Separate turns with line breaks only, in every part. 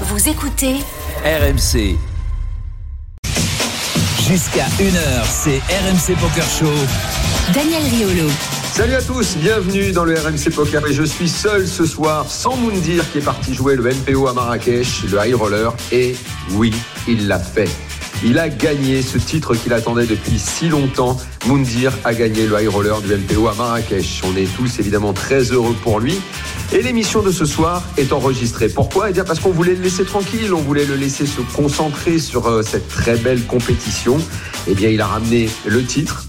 Vous écoutez
RMC. Jusqu'à 1h, c'est RMC Poker Show.
Daniel Riolo.
Salut à tous, bienvenue dans le RMC Poker et je suis seul ce soir sans Moundir qui est parti jouer le MPO à Marrakech, le High Roller et oui, il l'a fait. Il a gagné ce titre qu'il attendait depuis si longtemps. Moundir a gagné le High Roller du MPO à Marrakech. On est tous évidemment très heureux pour lui. Et l'émission de ce soir est enregistrée. Pourquoi Eh bien parce qu'on voulait le laisser tranquille, on voulait le laisser se concentrer sur euh, cette très belle compétition. Eh bien il a ramené le titre,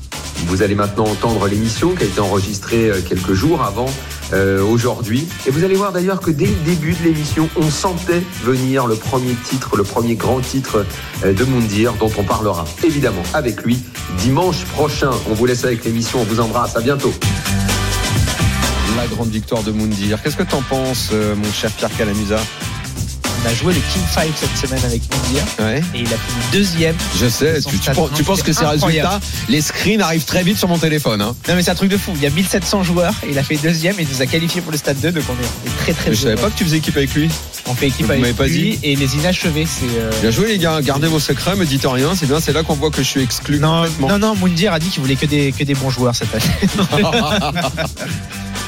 vous allez maintenant entendre l'émission qui a été enregistrée euh, quelques jours avant euh, aujourd'hui. Et vous allez voir d'ailleurs que dès le début de l'émission, on sentait venir le premier titre, le premier grand titre euh, de Moundir dont on parlera évidemment avec lui dimanche prochain. On vous laisse avec l'émission, on vous embrasse, à bientôt.
La grande victoire de Moundir. Qu'est-ce que t'en penses, euh, mon cher Pierre Calamusa
On a joué le King Five cette semaine avec Mundir
Ouais.
et il a fini deuxième.
Je sais, tu, tu penses- tu penses que ces
Incroyable.
résultats, les screens arrivent très vite sur mon téléphone. Hein.
Non mais c'est un truc de fou. Il y a 1700 joueurs et il a fait deuxième et il nous a qualifié pour le stade 2 donc on est- on est très très
Mais je savais
heureux.
pas que tu faisais équipe avec lui.
On fait équipe
Vous m'avez
avec
pas
lui et les inachevés c'est. euh,
Bien joué les gars, gardez vos secrets, me dites rien, c'est bien, c'est là qu'on voit que je suis exclu.
Non,
complètement.
non, non, Moundir a dit qu'il voulait que des, que des bons joueurs cette année.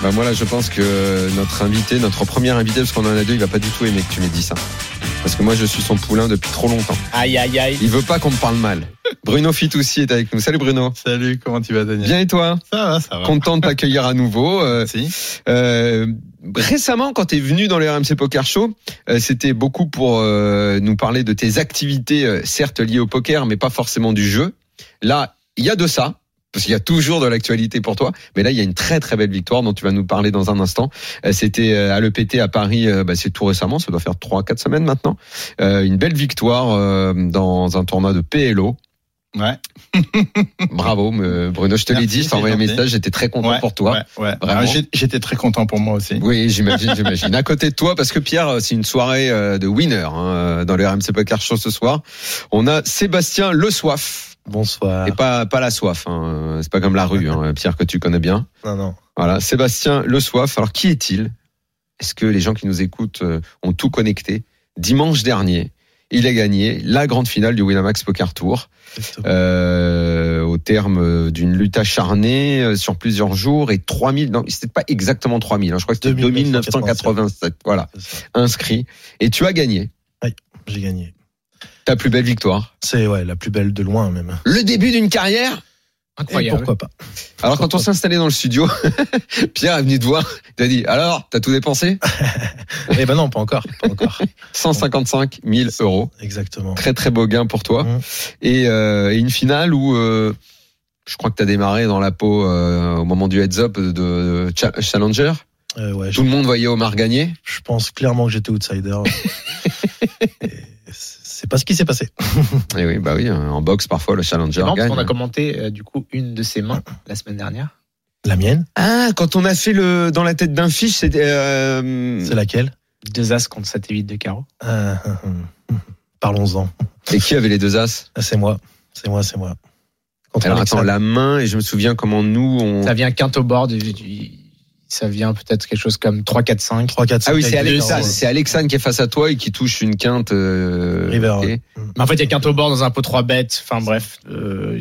Bah moi là je pense que notre invité, notre premier invité, parce qu'on en a deux, il va pas du tout aimer que tu m'aies dit ça. Parce que moi je suis son poulain depuis trop longtemps.
Aïe, aïe, aïe.
Il veut pas qu'on me parle mal. Bruno Fitoussi est avec nous. Salut Bruno.
Salut, comment tu vas, Daniel
Bien et toi
Ça va, ça va.
Content de t'accueillir à nouveau. Euh,
Merci.
Euh, récemment, quand tu es venu dans le RMC Poker Show, euh, c'était beaucoup pour euh, nous parler de tes activités, euh, certes liées au poker, mais pas forcément du jeu. Là, il y a de ça. Parce qu'il y a toujours de l'actualité pour toi, mais là il y a une très très belle victoire dont tu vas nous parler dans un instant. Euh, C'était euh, à l'EPT à Paris, euh, bah, c'est tout récemment, ça doit faire trois quatre semaines maintenant. Euh, une belle victoire euh, dans un tournoi de PLO.
Ouais.
Bravo euh, Bruno, je te l'ai
Merci,
dit, je t'ai
c'est
envoyé un
gentil.
message, j'étais très content
Ouais,
pour toi.
Ouais, ouais.
Vraiment.
Alors, j'ai- J'étais très content pour moi aussi.
Oui, j'imagine, j'imagine. À côté de toi, parce que Pierre, c'est une soirée euh, de winner hein, dans le RMC Poker Show ce soir. On a Sébastien Le Soif.
Bonsoir.
Et pas, pas la soif, hein. c'est pas comme la rue, hein, Pierre, que tu connais bien.
Non, non.
Voilà, Sébastien Le Soif. Alors, qui est-il Est-ce que les gens qui nous écoutent euh, ont tout connecté Dimanche dernier, il a gagné la grande finale du Winamax Poker Tour. Euh, au terme d'une lutte acharnée euh, sur plusieurs jours et 3000, non, c'était pas exactement 3000, hein, je crois que c'était 2987, voilà,
C'est ça.
inscrit. Et tu as gagné
J'ai gagné.
ta plus belle victoire.
C'est ouais, la plus belle de loin même.
Le début d'une carrière
Et
Incroyable.
pourquoi pas
Alors quand on s'est installé dans le studio, Pierre est venu te voir, il t'a dit, alors, t'as tout dépensé
Eh ben non, pas encore, pas encore.
155 000 euros.
Exactement.
Très très beau gain pour toi.
Mhm.
Et, euh, et une finale où... euh, je crois que t'as démarré dans la peau euh, au moment du heads-up de, de Cha- Challenger.
Euh, ouais, je,
Tout le monde voyait Omar gagner.
je pense clairement que j'étais outsider. Et C'est pas ce qui s'est passé.
Et oui, bah oui, en boxe parfois le challenger gagne.
on a commenté euh, du coup une de ses mains la semaine dernière.
La mienne,
Ah, quand on a fait le dans la tête d'un fiche, c'était euh,
c'est laquelle
Deux as contre satellite de carreau.
Euh, hum, hum, hum. Parlons-en.
et qui avait les deux as
Ah, C'est moi, c'est moi, c'est moi. Contre
Alors
Alexa.
attends, la main et je me souviens comment nous on.
Ça vient quinte au bord. du- du- ça vient peut-être quelque chose comme 3, 4, 5.
3 4
Ah oui, c'est
avec
Alex-
deux,
Alexandre,
Alexandre.
c'est Alexandre qui est face à toi et qui touche une quinte. euh,
River,
ok.
ouais.
Mais en fait, il y a quinte au bord dans un pot 3 bêtes. Enfin bref, euh,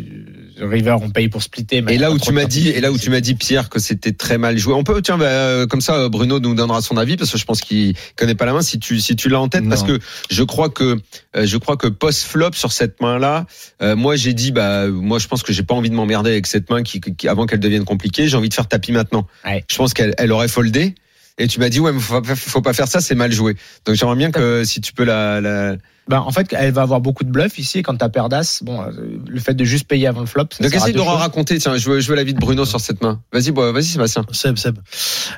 River, on paye pour splitter. mais
Et là où
pas
tu
trop
m'as
de
dit, et là où tu m'as dit Pierre que c'était très mal joué. On peut, tiens, bah, euh, comme ça, euh, Bruno nous donnera son avis parce que je pense qu'il connaît pas la main. Si tu, si tu l'as en tête,
Non.
parce que je crois que, euh, je crois que post flop sur cette main là, moi j'ai dit, bah, euh, moi je pense que j'ai pas envie de m'emmerder avec cette main qui, qui- avant qu'elle devienne compliquée. J'ai envie de faire tapis maintenant.
Ouais.
Je pense qu'elle, elle aurait foldé. Et tu m'as dit ouais, mais faut, pas- faut pas faire ça, c'est mal joué. Donc j'aimerais bien que si tu peux la, la...
Ben, en fait, elle va avoir beaucoup de bluffs ici. Et quand t'as paire d'as, bon, euh, le fait de juste payer avant le flop. Ça
donc
sert à
essaye
deux
de
choses.
raconter. Tiens, je veux, je veux l'avis de Bruno sur cette main. Vas-y, bah, vas-y Sébastien.
Seb, Seb.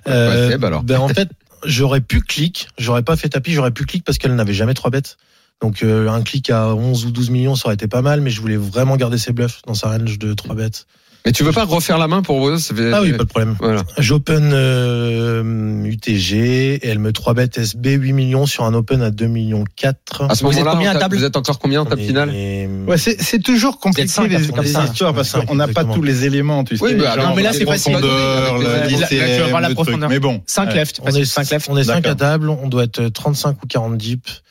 Euh,
Seb, alors.
Ben, en fait, j'aurais pu clic, j'aurais pas fait tapis, j'aurais pu clic parce qu'elle n'avait jamais trois bêtes. Donc euh, un clic à 11 ou 12 millions, ça aurait été pas mal, mais je voulais vraiment garder ses bluffs dans sa range de trois bêtes.
Mais tu veux pas refaire la main pour Bruno ça fait-
Ah oui, pas de problème.
Voilà.
J'open euh, UTG et elle me trois bêtes SB 8 millions sur un open à 2 millions 4.
À ce
Vous êtes
moment-là,
combien à
on tape-
table
vous êtes encore combien en table finale
Mm.
Ouais, c'est c'est toujours compliqué
Vous êtes cinq,
les,
on est
les
cinq.
histoires parce
On est cinq,
qu'on n'a pas
exactement.
tous les éléments, tu
Oui, bah,
sais.
mais alors,
non, mais là, c'est facile.
profondeur,
Là,
le
tu
vas
DCM,
voir la
le truc.
profondeur.
Mais bon,
5 left.
on est 5
left.
on euh, est cinq à
D'accord.
table, on doit être 35 ou 40 dips.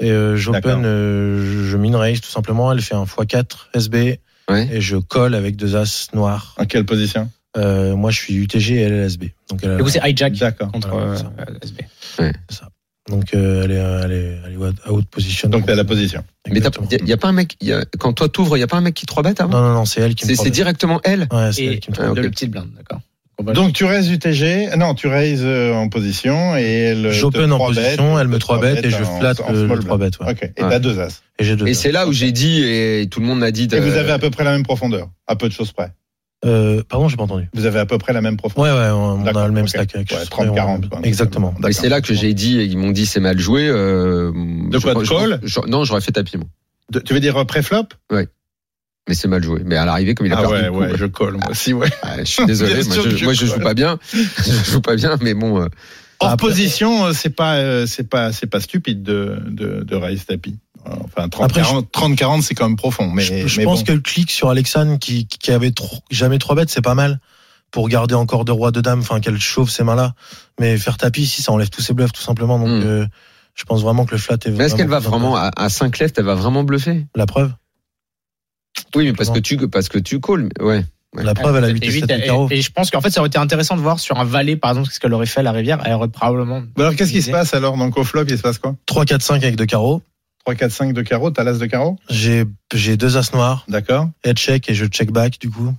Et euh,
D'accord.
j'open, euh, je- je mine raise tout simplement. Elle fait un x4 SB.
Ouais.
Et je colle avec deux as noirs.
En quelle position
Euh, moi, je suis UTG et elle est SB. Donc, elle,
Du coup, c'est hijack
D'accord.
contre
Ouais,
euh,
ça.
euh, SB.
donc euh, elle, est, euh, elle, est, elle est out- out position.
Donc t'as la position.
Mais
Exactement.
il n'y a, pas un mec, y a- quand toi t'ouvres, il n'y a pas un mec qui 3 bête avant
Non, non, non, c'est elle qui me
C'est
prend
c'est
le-
directement elle
Ouais, c'est
Et
elle qui me
Ah,
de
ok.
le petit blind, d'accord.
Donc tu raises UTG, non, tu raises euh, en position et elle. te
J'open en
trois
position,
bêtes,
elle me
te
3 bêtes et je
en-
flatte euh,
en
le,
small
le 3
blind.
bêtes. ouais.
Ok, et
Ouais.
t'as deux as.
Et j'ai deux.
Et c'est là où j'ai dit, et tout le monde m'a dit.
Et vous
euh,
avez à peu près la même profondeur, à peu de choses près.
Euh, pardon, j'ai pas entendu.
Vous avez à peu près la même profondeur.
Ouais, ouais, on, on
D'accord,
a le même
ok.
stack. euh, avec-
Ouais, 30,
on-
40, quoi.
Exactement.
mais c'est là que j'ai dit, et ils m'ont dit c'est mal joué. euh, je-
quoi, de
je-
call
je- Non, j'aurais fait tapis, moi.
De- tu veux dire euh, pré-flop
Mais c'est mal joué. Mais à l'arrivée, comme il a
Ah
perdu
ouais,
le coup,
ouais,
bah,
je colle moi aussi, ouais.
ah, je... suis désolé.
Bien
moi,
sûr que
je,
je
moi, je
colle.
joue pas bien. je joue pas bien, mais bon. euh,
Hors
Après-
position, euh, c'est pas, euh, c'est pas, c'est pas stupide de, de, de raise tapis. Enfin, 30,
Après,
40, 30, 40, c'est quand même profond, mais,
je je
mais
pense
bon.
que le clic sur Alexane qui, qui avait trop- jamais 3 bêtes, c'est pas mal. Pour garder encore deux rois, deux dames, enfin qu'elle chauffe ces mains-là. Mais faire tapis, si ça enlève tous ses bluffs, tout simplement. Donc
Hmm.
euh, je pense vraiment que le flat est
Mais est-ce qu'elle va
plus
vraiment
intéressant.
à, à 5 left, elle va vraiment bluffer
La preuve
Oui, mais parce
Exactement.
que tu parce que tu calls. mais- Ouais.
La preuve, elle a
Et
8
huit,
et 7
et-
du carreau.
Et je pense qu'en fait, ça aurait été intéressant de voir sur un valet, par exemple, ce qu'elle aurait fait à la rivière. Elle aurait probablement.
Bah Alors, qu'est-ce qui se passe alors Donc, au flop, il se passe quoi
3, 4, 5 avec deux carreaux.
3, 4, 5 de carreau, t'as l'as de carreau
J'ai j'ai deux as noirs.
D'accord.
head check et je check back du coup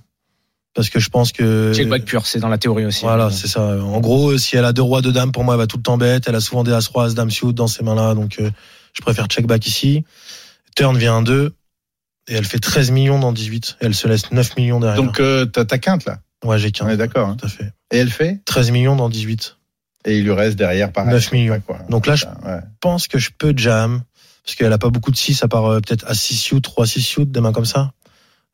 parce que je pense que
Check back pur, c'est dans la théorie aussi.
Euh, voilà c'est ça en gros euh, si elle a deux rois deux dames pour moi elle va tout le temps bête elle a souvent des as rois as dames suit dans ses mains là donc euh, je préfère check back ici turn vient un 2 et elle fait 13 millions dans 18 elle se laisse 9 millions derrière
Donc, euh, t'as ta quinte là.
ouais j'ai
On
15
est d'accord. hein.
tout à fait
Et elle fait
13 millions dans 18
Et il lui reste derrière, pareil.
9 millions.
Quoi.
Donc là, je-
Ouais.
je pense que je peux jam parce qu'elle a pas beaucoup de 6 à part euh, peut-être as 6 suit 3 6 suit des mains comme ça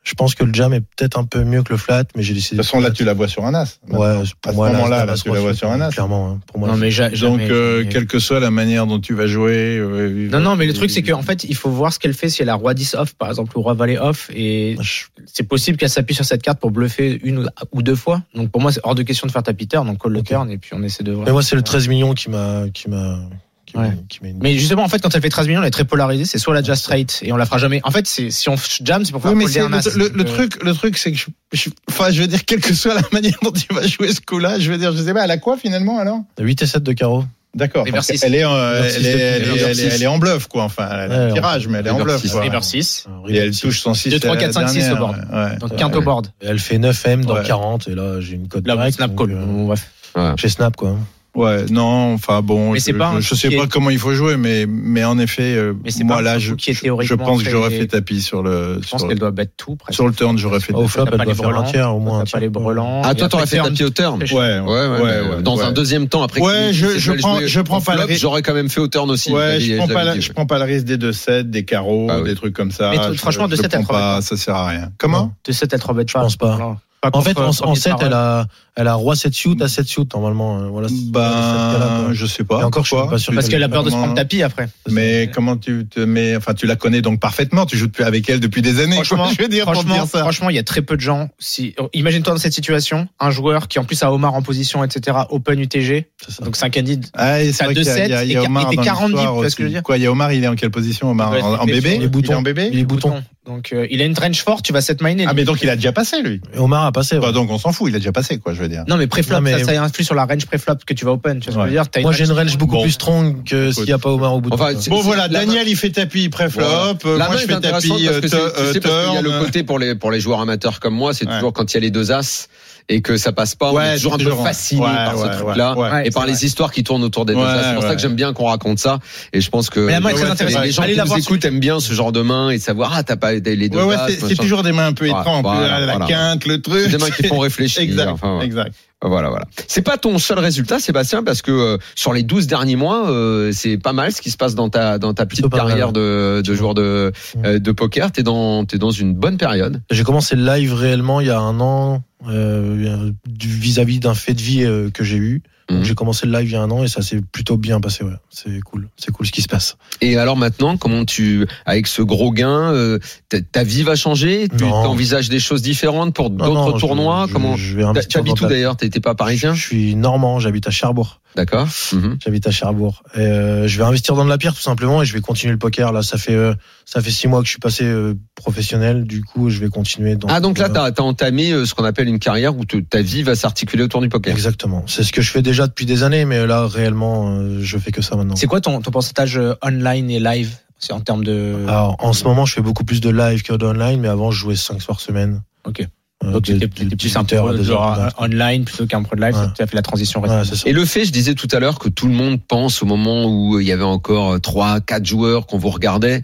je pense que le jam est peut-être un peu mieux que le flat mais j'ai
De
décidé
toute façon, là, tu la vois sur un as.
Ouais, pour
à ce
moi, la-
moment-là,
la
là,
base
tu la vois
reçue,
sur un as.
Clairement, hein, pour moi.
Non, mais ja-
Donc,
jamais-
euh, quelle que soit la manière dont tu vas jouer. euh,
Non, non, mais le truc, c'est qu'en fait, il faut voir ce qu'elle fait si elle a roi 10 off, par exemple, ou roi valet off. Et
je-
c'est possible qu'elle s'appuie sur cette carte pour bluffer une ou- ou deux fois. Donc, pour moi, c'est hors de question de faire tapis turn. Donc, call le
Ok.
turn et puis on essaie de voir.
mais moi, c'est le 13 millions qui m'a, qui m'a, qui m'a,
Ouais.
qui m'a-
Mais justement, en fait, quand elle fait 13 millions, elle est très polarisée. C'est soit la just straight et on la fera jamais. En fait, c'est si on f- jam, c'est pour faire
Oui, mais
folder
c'est
un as.
le, le- le
Donc, euh,
truc, le truc, c'est que je, je- enfin, je veux dire, quelle que soit la manière dont tu vas jouer ce coup-là, je veux dire, je sais pas, elle a quoi finalement alors
8 et 7 de carreau.
D'accord.
River
parce
six.
qu'elle est, en-
River
elle
six
est,
de-
elle est,
River
elle est-
six.
elle est en bluff quoi. Enfin, elle a
Ouais,
un tirage, mais elle est en
River
bluff.
six.
quoi.
Euh, River 6.
Alors,
Et elle
six.
touche son 6
Deux, trois, quatre, cinq, six au board. Donc, quinte au board.
Elle fait 9M dans
Ouais.
40, et là, j'ai une cote
Là,
directe.
snap
donc,
call.
euh,
On va faire-
J'ai snap, quoi.
Ouais, non, enfin bon,
Mais
je,
c'est pas un
je- je sais
qui est-
pas comment il faut jouer, mais mais en effet, euh,
Mais c'est pas
moi
un
là, je,
qui est
je- je
théoriquement
pense que j'aurais
fait-
fait tapis sur le
Je pense
sur,
qu'elle doit bet tout. presque.
sur le turn, j'aurais fait.
Au flop,
T'as
elle
pas
doit
les
faire un
brelans,
tiers, au moins un
T'as pas
tiers.
les brelants.
Ah,
Et
toi,
après,
t'aurais fait
turn.
tapis au turn
Ouais,
Ouais, ouais,
Ouais, ouais,
ouais,
Dans
ouais.
un deuxième temps après.
Ouais,
que
je-
c'est
je
mal
prends-
joué
je prends
au
pas la
flop,
ri-
J'aurais quand même fait au turn aussi.
Ouais,
l'avais-
je prends,
l'avais
pas la,
dit,
je
ouais.
prends pas le risque des deux sets, des carreaux,
Ah oui.
des trucs comme ça.
Mais t-
Je-
franchement,
je
deux
le
sets, elle
prends
travaille
pas,
pas.
ça sert à rien. Comment
De 7 à 3 bêtes pas.
pense pas.
Non.
En fait, en,
Ah, contre- euh,
en
contre
7, elle a, elle a roi 7 suit à 7 suit, normalement. euh, Voilà. c'est-
Bah,
c'est ce cas-là,
Ben,
quoi.
je sais pas.
Et encore, je suis
Pourquoi
pas sûr.
Tu-
Parce qu'elle a peur de se
comment-
prendre tapis après.
Mais comment tu te mets Enfin, tu la connais donc parfaitement. Tu joues depuis- avec elle depuis des années.
Franchement,
quoi, je veux dire, pour te
Franchement,
dire ça.
franchement, il y a très peu de gens. Si, imagine-toi dans cette situation, un joueur qui en plus a Omar en position, etc. Open UTG,
C'est ça.
donc c'est un candide.
Ah, et
T'as
vrai
deux
qu'il y a-
sets
il y a- il y
et
a
quar-
Omar
et t'es
dans
40 deep,
l'histoire
tu vois ce que je
aussi.
veux dire
Quoi, il y a Omar, il est en quelle position Omar
Il doit
en,
être
en
défenseur.
bébé
Les
Il est
boutons.
en bébé
Les boutons.
Donc euh, il a une range forte, tu vas set miner.
Ah, mais donc il a déjà passé lui.
Et Omar a passé.
Bah,
ouais.
donc on s'en fout, il a déjà passé quoi, je veux dire.
Non mais préflop,
Non, mais-
ça, ça influe sur la range préflop que tu vas open. Tu vois ce que je veux dire T'as
Moi, j'ai une range beaucoup
Bon.
plus strong que s'il n'y a pas Omar au bout de
Enfin,
quoi.
c'est-
Bon voilà,
la main-
Daniel il fait tapis pré-flop,
Voilà.
euh,
La
moi
main
je
est
fais
intéressante
tapis
parce que c'est-
euh,
tu sais, parce qu'il y a
turn.
le côté pour les, pour les joueurs amateurs comme moi, c'est
Ouais.
toujours quand il y a les deux as et que ça passe pas, on est toujours un
c'est
peu fasciné
Ouais,
par
ouais,
ce truc-là.
ouais, ouais.
et par les histoires qui tournent autour des deux
Ouais,
as. C'est pour
ouais.
ça que j'aime bien qu'on raconte ça. Et je pense que
Mais la main est
Ouais,
très
ouais,
intéressante.
les gens
Allez
qui
la
nous
voir. sur-
écoutent aiment bien ce genre de main et savoir ah t'as pas les deux
Ouais, ouais,
as.
c'est- c'est
machin.
toujours des mains un peu
Ouais,
étranges,
voilà,
la
voilà.
quinte, le
C'est
truc.
des mains qui font réfléchir.
Exact,
Enfin, ouais.
exact.
Voilà, voilà. C'est pas ton seul résultat, Sébastien, parce que euh, sur les 12 derniers mois, euh, c'est pas mal ce qui se passe dans ta dans ta petite
Plutôt pas mal,
carrière de, de joueur de euh, de poker. T'es dans t'es dans une bonne période.
J'ai commencé le live réellement il y a un an euh, du- vis-à-vis d'un fait de vie euh, que j'ai eu. Donc
Mhm.
J'ai commencé le live il y a un an et ça s'est plutôt bien passé. Ouais. C'est cool. C'est cool ce qui se passe.
Et alors maintenant, comment tu avec ce gros gain, euh, ta, ta vie va changer Tu
Non.
envisages des choses différentes pour
Non,
d'autres
non, je-
tournois
je-
Comment
je vais
T'as-
investir
Tu habites
dans
où
ta-
d'ailleurs T'étais pas parisien
Je suis normand, j'habite à Cherbourg.
D'accord. Mhm.
J'habite à Cherbourg. Et, euh, je vais investir dans de la pierre tout simplement et je vais continuer le poker. Là, ça fait euh, ça fait six mois que je suis passé euh, professionnel. Du coup, je vais continuer. Dans
Ah, donc là, t'as as entamé euh, ce qu'on appelle une carrière où te- ta vie va s'articuler autour du poker.
Exactement. C'est ce que je fais déjà depuis des années, mais là, réellement, euh, je fais que ça maintenant.
C'est quoi ton, ton pourcentage euh, online et live C'est en termes de.
Alors, en ce moment, je fais beaucoup plus de live que d'online, mais avant, je jouais cinq soirs semaine.
Ok.
Euh,
Donc,
de-
c'était c'était
de
Oh, plus un
18 heures à
pro,
2 heures
genre,
du matin.
euh, online plutôt qu'un pro de live.
Ouais.
Tu as fait la transition
Ouais, c'est
récemment.
ça.
Et le fait, je disais tout à l'heure que tout le monde pense au moment où euh, il y avait encore trois, quatre joueurs qu'on vous regardait,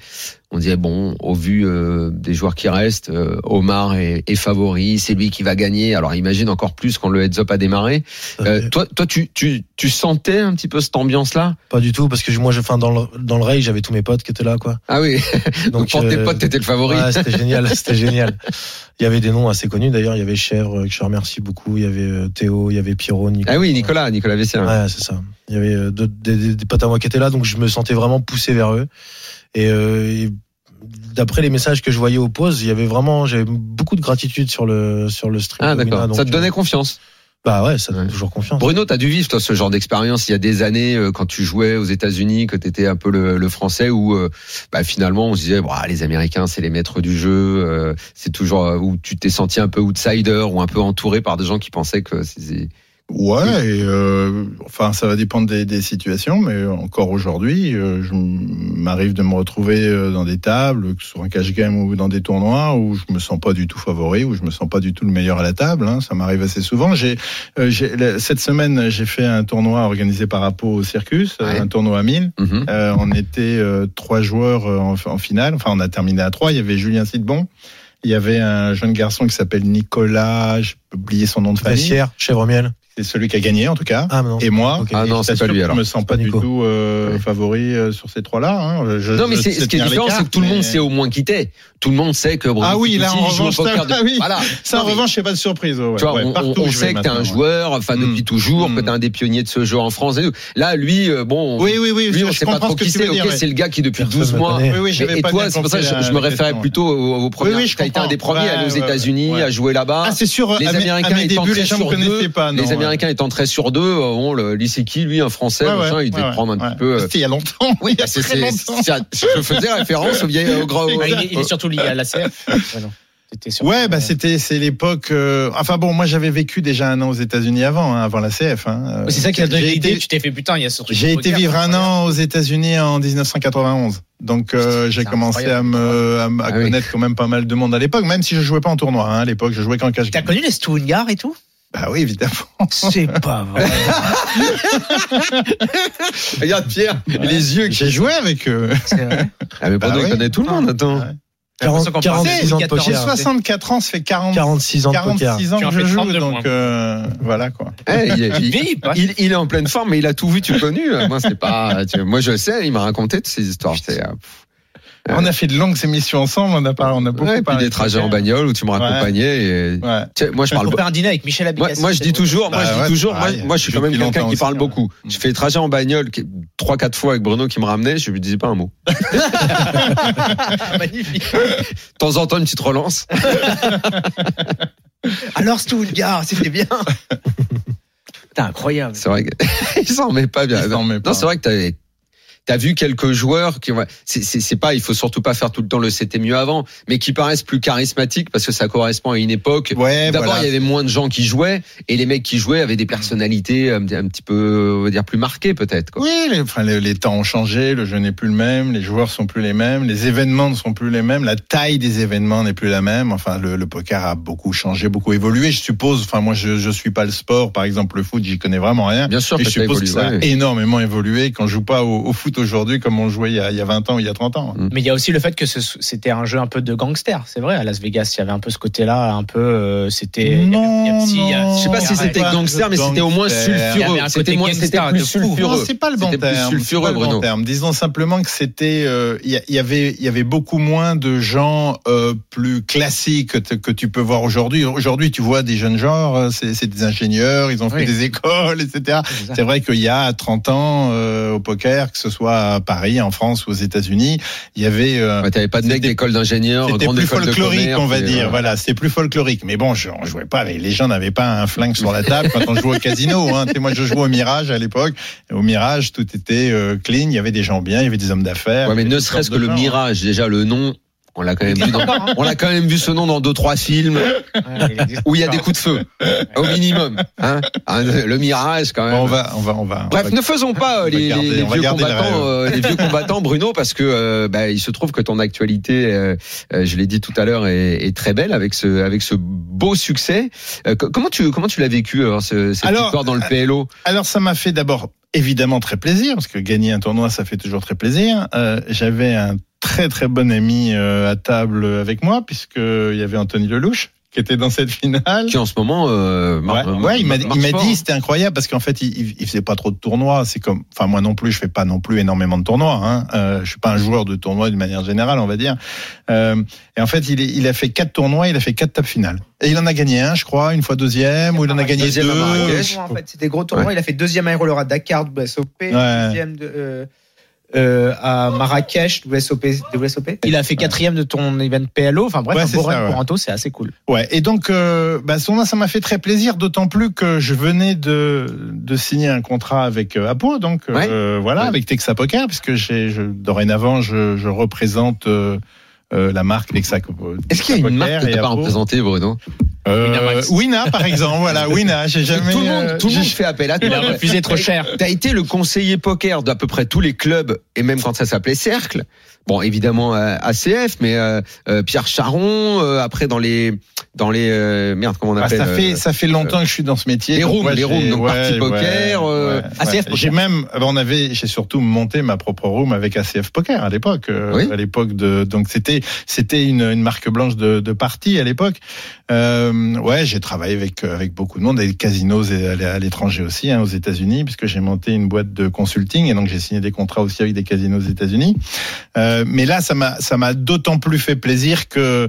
on disait bon, au vu euh, des joueurs qui restent, euh, Omar est, est favori, c'est lui qui va gagner. Alors imagine encore plus quand le heads up a démarré. Euh, toi, toi, tu, tu, tu sentais un petit peu cette ambiance-là
Pas du tout, parce que moi, je, enfin, dans le, dans le rail, j'avais tous mes potes qui étaient là, quoi.
Ah oui. Donc, pour tes
euh,
potes, t'étais le favori.
Ouais, c'était génial, c'était génial. Il y avait des noms assez connus d'ailleurs. Il y avait Chèvre euh, que je remercie beaucoup. Il y avait euh, Théo, il y avait Pierrot, Nicolas.
ah oui, Nicolas, Nicolas Vessien.
Ouais, c'est ça. Il y avait euh, d'autres- des, des- des potes à moi qui étaient là, donc je me sentais vraiment poussé vers eux. Et, euh, et d'après les messages que je voyais aux pauses, il y avait vraiment, j'avais beaucoup de gratitude sur le sur le stream.
Ah
de Wina,
d'accord.
donc,
Ça te donnait
euh,
confiance.
Bah ouais, ça donne
Ouais.
toujours confiance.
Bruno, t'as dû vivre toi ce genre d'expérience il y a des années euh, quand tu jouais aux États-Unis, que t'étais un peu le, le français où euh, bah, finalement on se disait bah, les Américains c'est les maîtres du jeu, euh, c'est toujours euh, où tu t'es senti un peu outsider ou un peu entouré par des gens qui pensaient que c'est- c'est-
Ouais, et, euh, enfin, ça va dépendre des, des situations, mais encore aujourd'hui, euh, je m'arrive de me retrouver euh, dans des tables, que ce soit un cash game ou dans des tournois, où je me sens pas du tout favori, où je me sens pas du tout le meilleur à la table. hein. ça m'arrive assez souvent. J'ai, euh, j'ai- la- cette semaine, j'ai fait un tournoi organisé par Apo au Circus, euh,
Ouais.
un tournoi à 1000.
Mhm.
Euh, on était euh, trois joueurs euh, en, en finale. Enfin, on a terminé à trois. Il y avait Julien Sidbon. Il y avait un jeune garçon qui s'appelle Nicolas. J'ai oublié son nom de famille.
Vessière, Chèvre Miel.
C'est celui qui a gagné, en tout cas.
Ah mais non.
Et moi,
Ok.
Ah
et
non,
je
c'est
t'assure
pas lui,
que
alors.
Je me sens pas
C'est
du
Nico.
tout euh,
Ouais.
favori euh, sur ces trois-là. hein. Je-
Non mais
je
c'est ce
sais
qui est
tenir
différent
l'écart,
c'est que tout le
mais-
monde s'est au moins quitté. Tout le monde sait que Bruno
Ah oui, là,
Fikuti
en
joue au
revanche,
poker
ça- ah oui.
Voilà.
Ça, en
Non, mais-
revanche, c'est pas de surprise. ouais, ouais.
Tu vois,
Ouais,
on,
partout
on
où je vais
sait que t'es un
maintenant, ouais.
joueur, enfin depuis
Mm.
toujours, que
Mm.
t'es un des pionniers de ce jeu en France. Et tout. Là, lui, euh, bon,
Oui, oui, oui.
lui, on
je
sait pas
comprends
trop
ce que
qui
tu
c'est.
veux
Ok,
dire. ouais.
c'est le gars qui depuis
Personne
12
me
mois
connaît.
Oui, oui,
Et,
j'avais
et
pas
toi,
bien
c'est pour ça que
compris
je,
la-
je me
la
référais
question,
plutôt aux, aux premières.
Oui, oui, je
T'as été un
comprends.
des premiers à aller aux
Ouais, ouais,
États-Unis,
ouais.
à jouer là-bas.
Ah, c'est sûr.
les
à mes-
Américains
à mes
étant
débuts,
très
les gens
sur
me connaissaient
deux,
pas. non,
les
ouais.
Américains étant très sur deux, euh, on le lui c'est qui lui un Français,
Ouais,
machin,
ouais,
il devait
ouais,
prendre un
ouais.
petit peu. euh,
C'était il y a longtemps.
Oui,
il y a
c'est-
très
c'est-
longtemps.
c'est- je faisais référence au vieil au grand. au-
Ouais, Ah, il, est, il est surtout lié à la CF. Ouais, non. T'étais sur-
Ouais, bah c'était c'est l'époque. euh, enfin bon, moi j'avais vécu déjà un an aux États-Unis avant, hein, avant la CF. Hein, Euh,
Ouais, C'est ça qui a donné
j'ai
l'idée.
été-
Tu t'es fait putain, il y a ce truc.
J'ai
de
été
poker,
vivre un
incroyable.
an aux États-Unis en 1991. Donc euh, j'ai
C'est
commencé à
incroyable.
me à, me- à
Ah oui.
connaître quand même pas mal de monde à l'époque, même si je jouais pas en tournoi. hein, à l'époque, je jouais qu'en cash.
T'as
game.
connu les Stuttgart et tout
Bah oui, évidemment.
C'est pas vrai.
Regarde Pierre,
Les yeux. J'ai joué avec eux.
C'est vrai.
Ah mais Bruno,
Bah
il
oui.
connaît tout le monde, attends.
Ouais.
40
l'impression qu'on
46 ans de
parlait de
J'ai
Pierre.
poker.
64 ans, ça fait 40,
46 ans de poker.
46 ans
Tu en
que
fais
je joue.
32
Donc
moins.
euh, voilà quoi.
Eh, il, est- il-
Vieillit pas.
il- il est en pleine forme, mais il a tout vu, tu le connu. Moi, c'est pas. tu- moi, je sais, il m'a raconté toutes ces histoires. C'est, euh,
On a fait de longues émissions ensemble. On a parlé, on a beaucoup
ouais, puis
parlé.
des
de
trajets
poker.
en bagnole où tu me raccompagnais. et-
Ouais.
Tu sais, Moi, je parle.
On fait un dîner avec Michel
Moi,
Abicassi.
moi, je dis toujours, moi,
Bah
je dis
ouais,
toujours, moi,
pareil,
moi, je suis quand même
depuis
quelqu'un
longtemps
qui parle
aussi, hein.
beaucoup.
ouais.
Je fais les trajets en bagnole qui- trois, quatre fois avec Bruno qui me ramenait, je lui disais pas un mot.
Magnifique.
De temps en temps, une petite relance.
Alors Stuttgart, c'était bien. Putain, incroyable.
C'est vrai qu'il s'en met pas bien.
Il s'en met
Non,
pas.
c'est vrai que t'avais. T'as vu quelques joueurs qui, ouais, c'est- c'est c'est pas, il faut surtout pas faire tout le temps le c'était mieux avant, mais qui paraissent plus charismatiques parce que ça correspond à une époque.
Ouais,
D'abord,
voilà.
il y avait moins de gens qui jouaient et les mecs qui jouaient avaient des personnalités euh, un petit peu, on va dire, plus marquées peut-être. quoi.
Oui, les, enfin, les, les temps ont changé, le jeu n'est plus le même, les joueurs sont plus les mêmes, les événements ne sont plus les mêmes, la taille des événements n'est plus la même. Enfin, le, le poker a beaucoup changé, beaucoup évolué, je suppose. Enfin, moi, je je suis pas le sport, par exemple le foot, j'y connais vraiment rien.
Bien sûr,
Et
que
je
ça
suppose que
évolue.
ça a
ouais.
énormément évolué quand je joue pas au, au foot aujourd'hui comme on jouait il y, a, il y a 20 ans ou il y a 30 ans.
Mais il y a aussi le fait que ce- c'était un jeu un peu de gangster, c'est vrai. À Las Vegas, il y avait un peu ce côté-là, un peu. euh, c'était. il y avait- il y avait-
non,
Je sais pas si c'était
pas
gangster, mais c'était au moins
Oh, gangster.
Il y avait
sulfureux.
un
C'était
côté
moins,
gangster
c'était
de
plus
fou.
sulfureux.
Non, c'est pas le bon
C'était plus
terme. c'est
sulfureux,
pas le bon
Bruno.
terme. Disons simplement que c'était, euh, il y, a- il y avait, il y avait beaucoup moins de gens euh, plus classiques que, t- que tu peux voir aujourd'hui. Aujourd'hui, tu vois des jeunes genres, euh, c'est c'est des ingénieurs, ils ont fait
Oui.
des écoles, etc.
C'est ça.
C'est vrai qu'il y a 30 ans euh, au poker, que ce soit à Paris, en France, aux États-Unis, il y avait euh,
Ouais, T'avais pas de mec
C'était-
d'école d'ingénieur,
c'était
grande
plus
école de
folklorique,
commerce,
on va
et,
dire.
euh,
Voilà, c'était plus folklorique. Mais bon, je, on jouait pas avec, les gens n'avaient pas un flingue sur la table quand on jouait au casino. Hein. Tu sais, Moi, je jouais au Mirage à l'époque. Au Mirage, tout était euh, clean. Il y avait des gens bien, il y avait des hommes d'affaires.
Ouais, mais
il y avait
ne
toutes
serait-ce
sortes
que
de
le
gens.
mirage, déjà le nom, on l'a quand même vu. Dans, on l'a quand même vu ce nom dans deux trois films
Ouais, il existe
où il y a des
encore.
coups de feu, au minimum. hein. Hein, le mirage quand même.
Bon, on va, on va, on va.
Bref,
on va-
ne faisons pas euh,
on va
les,
garder-
les- les
on va
vieux
garder le
combattants,
rêve.
euh, les vieux combattants, Bruno, parce que euh, bah, il se trouve que ton actualité, euh, euh, je l'ai dit tout à l'heure, est, est très belle avec ce avec ce beau succès. Euh, co- comment tu comment tu l'as vécu alors, ce- cette
Alors, euh,
victoire dans le PLO
Alors ça m'a fait d'abord évidemment très plaisir, parce que gagner un tournoi, ça fait toujours très plaisir. Euh, J'avais un très très bon ami euh, à table avec moi, puisqu'il y avait Anthony Lelouch, qui était dans cette finale.
qui en ce moment euh,
Ouais,
mar-
ouais, il m'a il
marche
m'a
fort,
dit
hein.
c'était incroyable parce qu'en fait il, il- il faisait pas trop de tournois. C'est comme, enfin moi non plus, je fais pas non plus énormément de tournois. Hein. Euh, je suis pas un joueur de tournoi d'une manière générale, on va dire. Euh, et en fait, il, est- il a fait quatre tournois, il a fait quatre tables finales. Et il en a gagné un, je crois, une fois deuxième, ou il en a gagné
Ah, Deuxième à
deux.
Marrakech.
En fait, c'était gros tournoi. Il a fait deuxième à Roller à Dakar, WSOP,
Ouais.
deuxième de, euh, euh, à Marrakech, WSOP, WSOP.
Il a fait quatrième de ton event PLO. Enfin bref,
Ouais,
un
c'est
beau
ça,
run
ouais.
pour Anto, c'est assez cool.
Ouais, et donc, euh, bah, Sona, ça m'a fait très plaisir, d'autant plus que je venais de, de signer un contrat avec euh, Apo, donc euh, voilà,
Ouais.
avec Texa Poker, puisque j'ai, je, dorénavant, je, je représente euh, euh, la marque Texa Poker.
Est-ce qu'il y a une marque que
et
t'as pas
Apo.
représentée, Bruno
euh, Wina, par exemple, voilà, Wina, j'ai jamais.
Tout le
euh,
monde, tout le
j'ai-
monde fait appel à toi.
Il a refusé trop cher.
T'as été le conseiller poker d'à peu près tous les clubs et même quand ça s'appelait Cercle. Bon, évidemment euh, ACF, mais euh, euh, Pierre Charon. euh, après dans les dans les euh, merde comment on
Ah,
appelle
ça,
euh,
fait, ça fait longtemps que je suis dans ce métier.
les
donc,
rooms,
ouais,
les
j'ai-
rooms, donc partie poker, euh, ACF poker.
J'ai même, euh, on avait, j'ai surtout monté ma propre room avec ACF Poker à l'époque. euh,
Oui.
À l'époque de, donc c'était, c'était une, une marque blanche de, de partie à l'époque. Euh, ouais, j'ai travaillé avec euh, avec beaucoup de monde, des casinos et à l'é- à l'étranger aussi, hein, aux États-Unis, puisque j'ai monté une boîte de consulting et donc j'ai signé des contrats aussi avec des casinos aux États-Unis. Euh, mais là, ça m'a ça m'a d'autant plus fait plaisir que euh,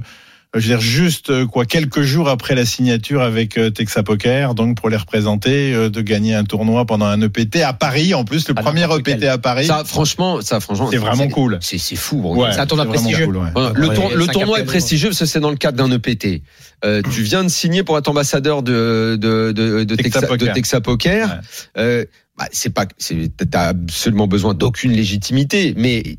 je veux dire juste euh, quoi quelques jours après la signature avec euh, Texa Poker, donc pour les représenter, euh, de gagner un tournoi pendant un EPT à Paris, en plus le
Ah,
premier
n'importe
EPT
quel.
à Paris.
ça franchement ça franchement
C'est vraiment cool.
C'est c'est fou. Bruno.
Ouais,
c'est un tournoi
vraiment
prestigieux.
cool, ouais.
Voilà, le,
Ouais,
tour-
et
le
cinq
tournoi est
après,
prestigieux parce que c'est dans le cadre d'un EPT. Euh,
Hum.
tu viens de signer pour être ambassadeur de de de, de Texa,
Texas
de
Poker.
Texa Poker.
Ouais.
Euh, bah, c'est pas c'est- t'as absolument besoin d'aucune légitimité, mais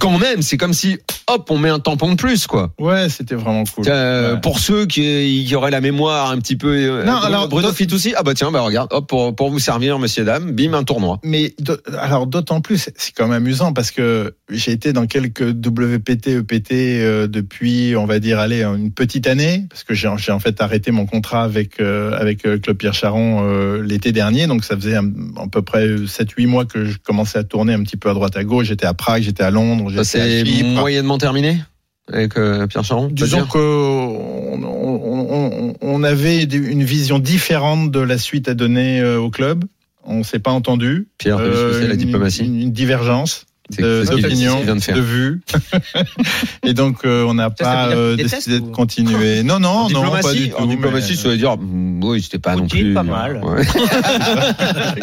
quand même, c'est comme si hop, on met un tampon de plus quoi.
Ouais, c'était vraiment cool.
Euh,
Ouais.
Pour ceux qui, qui auraient la mémoire un petit peu. euh,
Non,
Bruno-
alors,
Bruno
dans-
Fitoussi, ah bah tiens, bah regarde, hop pour pour vous servir, messieurs dames, bim un tournoi.
Mais d'au- alors d'autant plus, c'est quand même amusant parce que j'ai été dans quelques WPT, EPT euh, depuis, on va dire, allez, une petite année, parce que j'ai j'ai en fait arrêté mon contrat avec euh, avec euh, Claude Pierre Charon euh, l'été dernier, donc ça faisait un- à peu près 7-8 mois que je commençais à tourner un petit peu à droite à gauche. J'étais à Prague, j'étais à Londres,
Ça
j'étais à
c'est
Chypre.
moyennement terminé avec euh, Pierre Charon.
Disons
peut-être
que on, on- on- on avait des- une vision différente de la suite à donner euh, au club. On s'est pas entendu.
Pierre, t'as vu ce que
Euh,
c'est la
une-
diplomatie.
une- une divergence
C'est
de-
c'est ce qu'il c'est ce qu'il
d'opinion,
vient de faire.
de vue. et donc, euh, on n'a
ça veut
pas
dire
euh,
qu'il déteste
décidé de
ou-
continuer. Non, non,
En
non, pas du
diplomatie,
tout.
en diplomatie,
mais-
ça veut dire, mm, oui, c'était pas non
Poutine,
plus.
pas mal.
Ouais.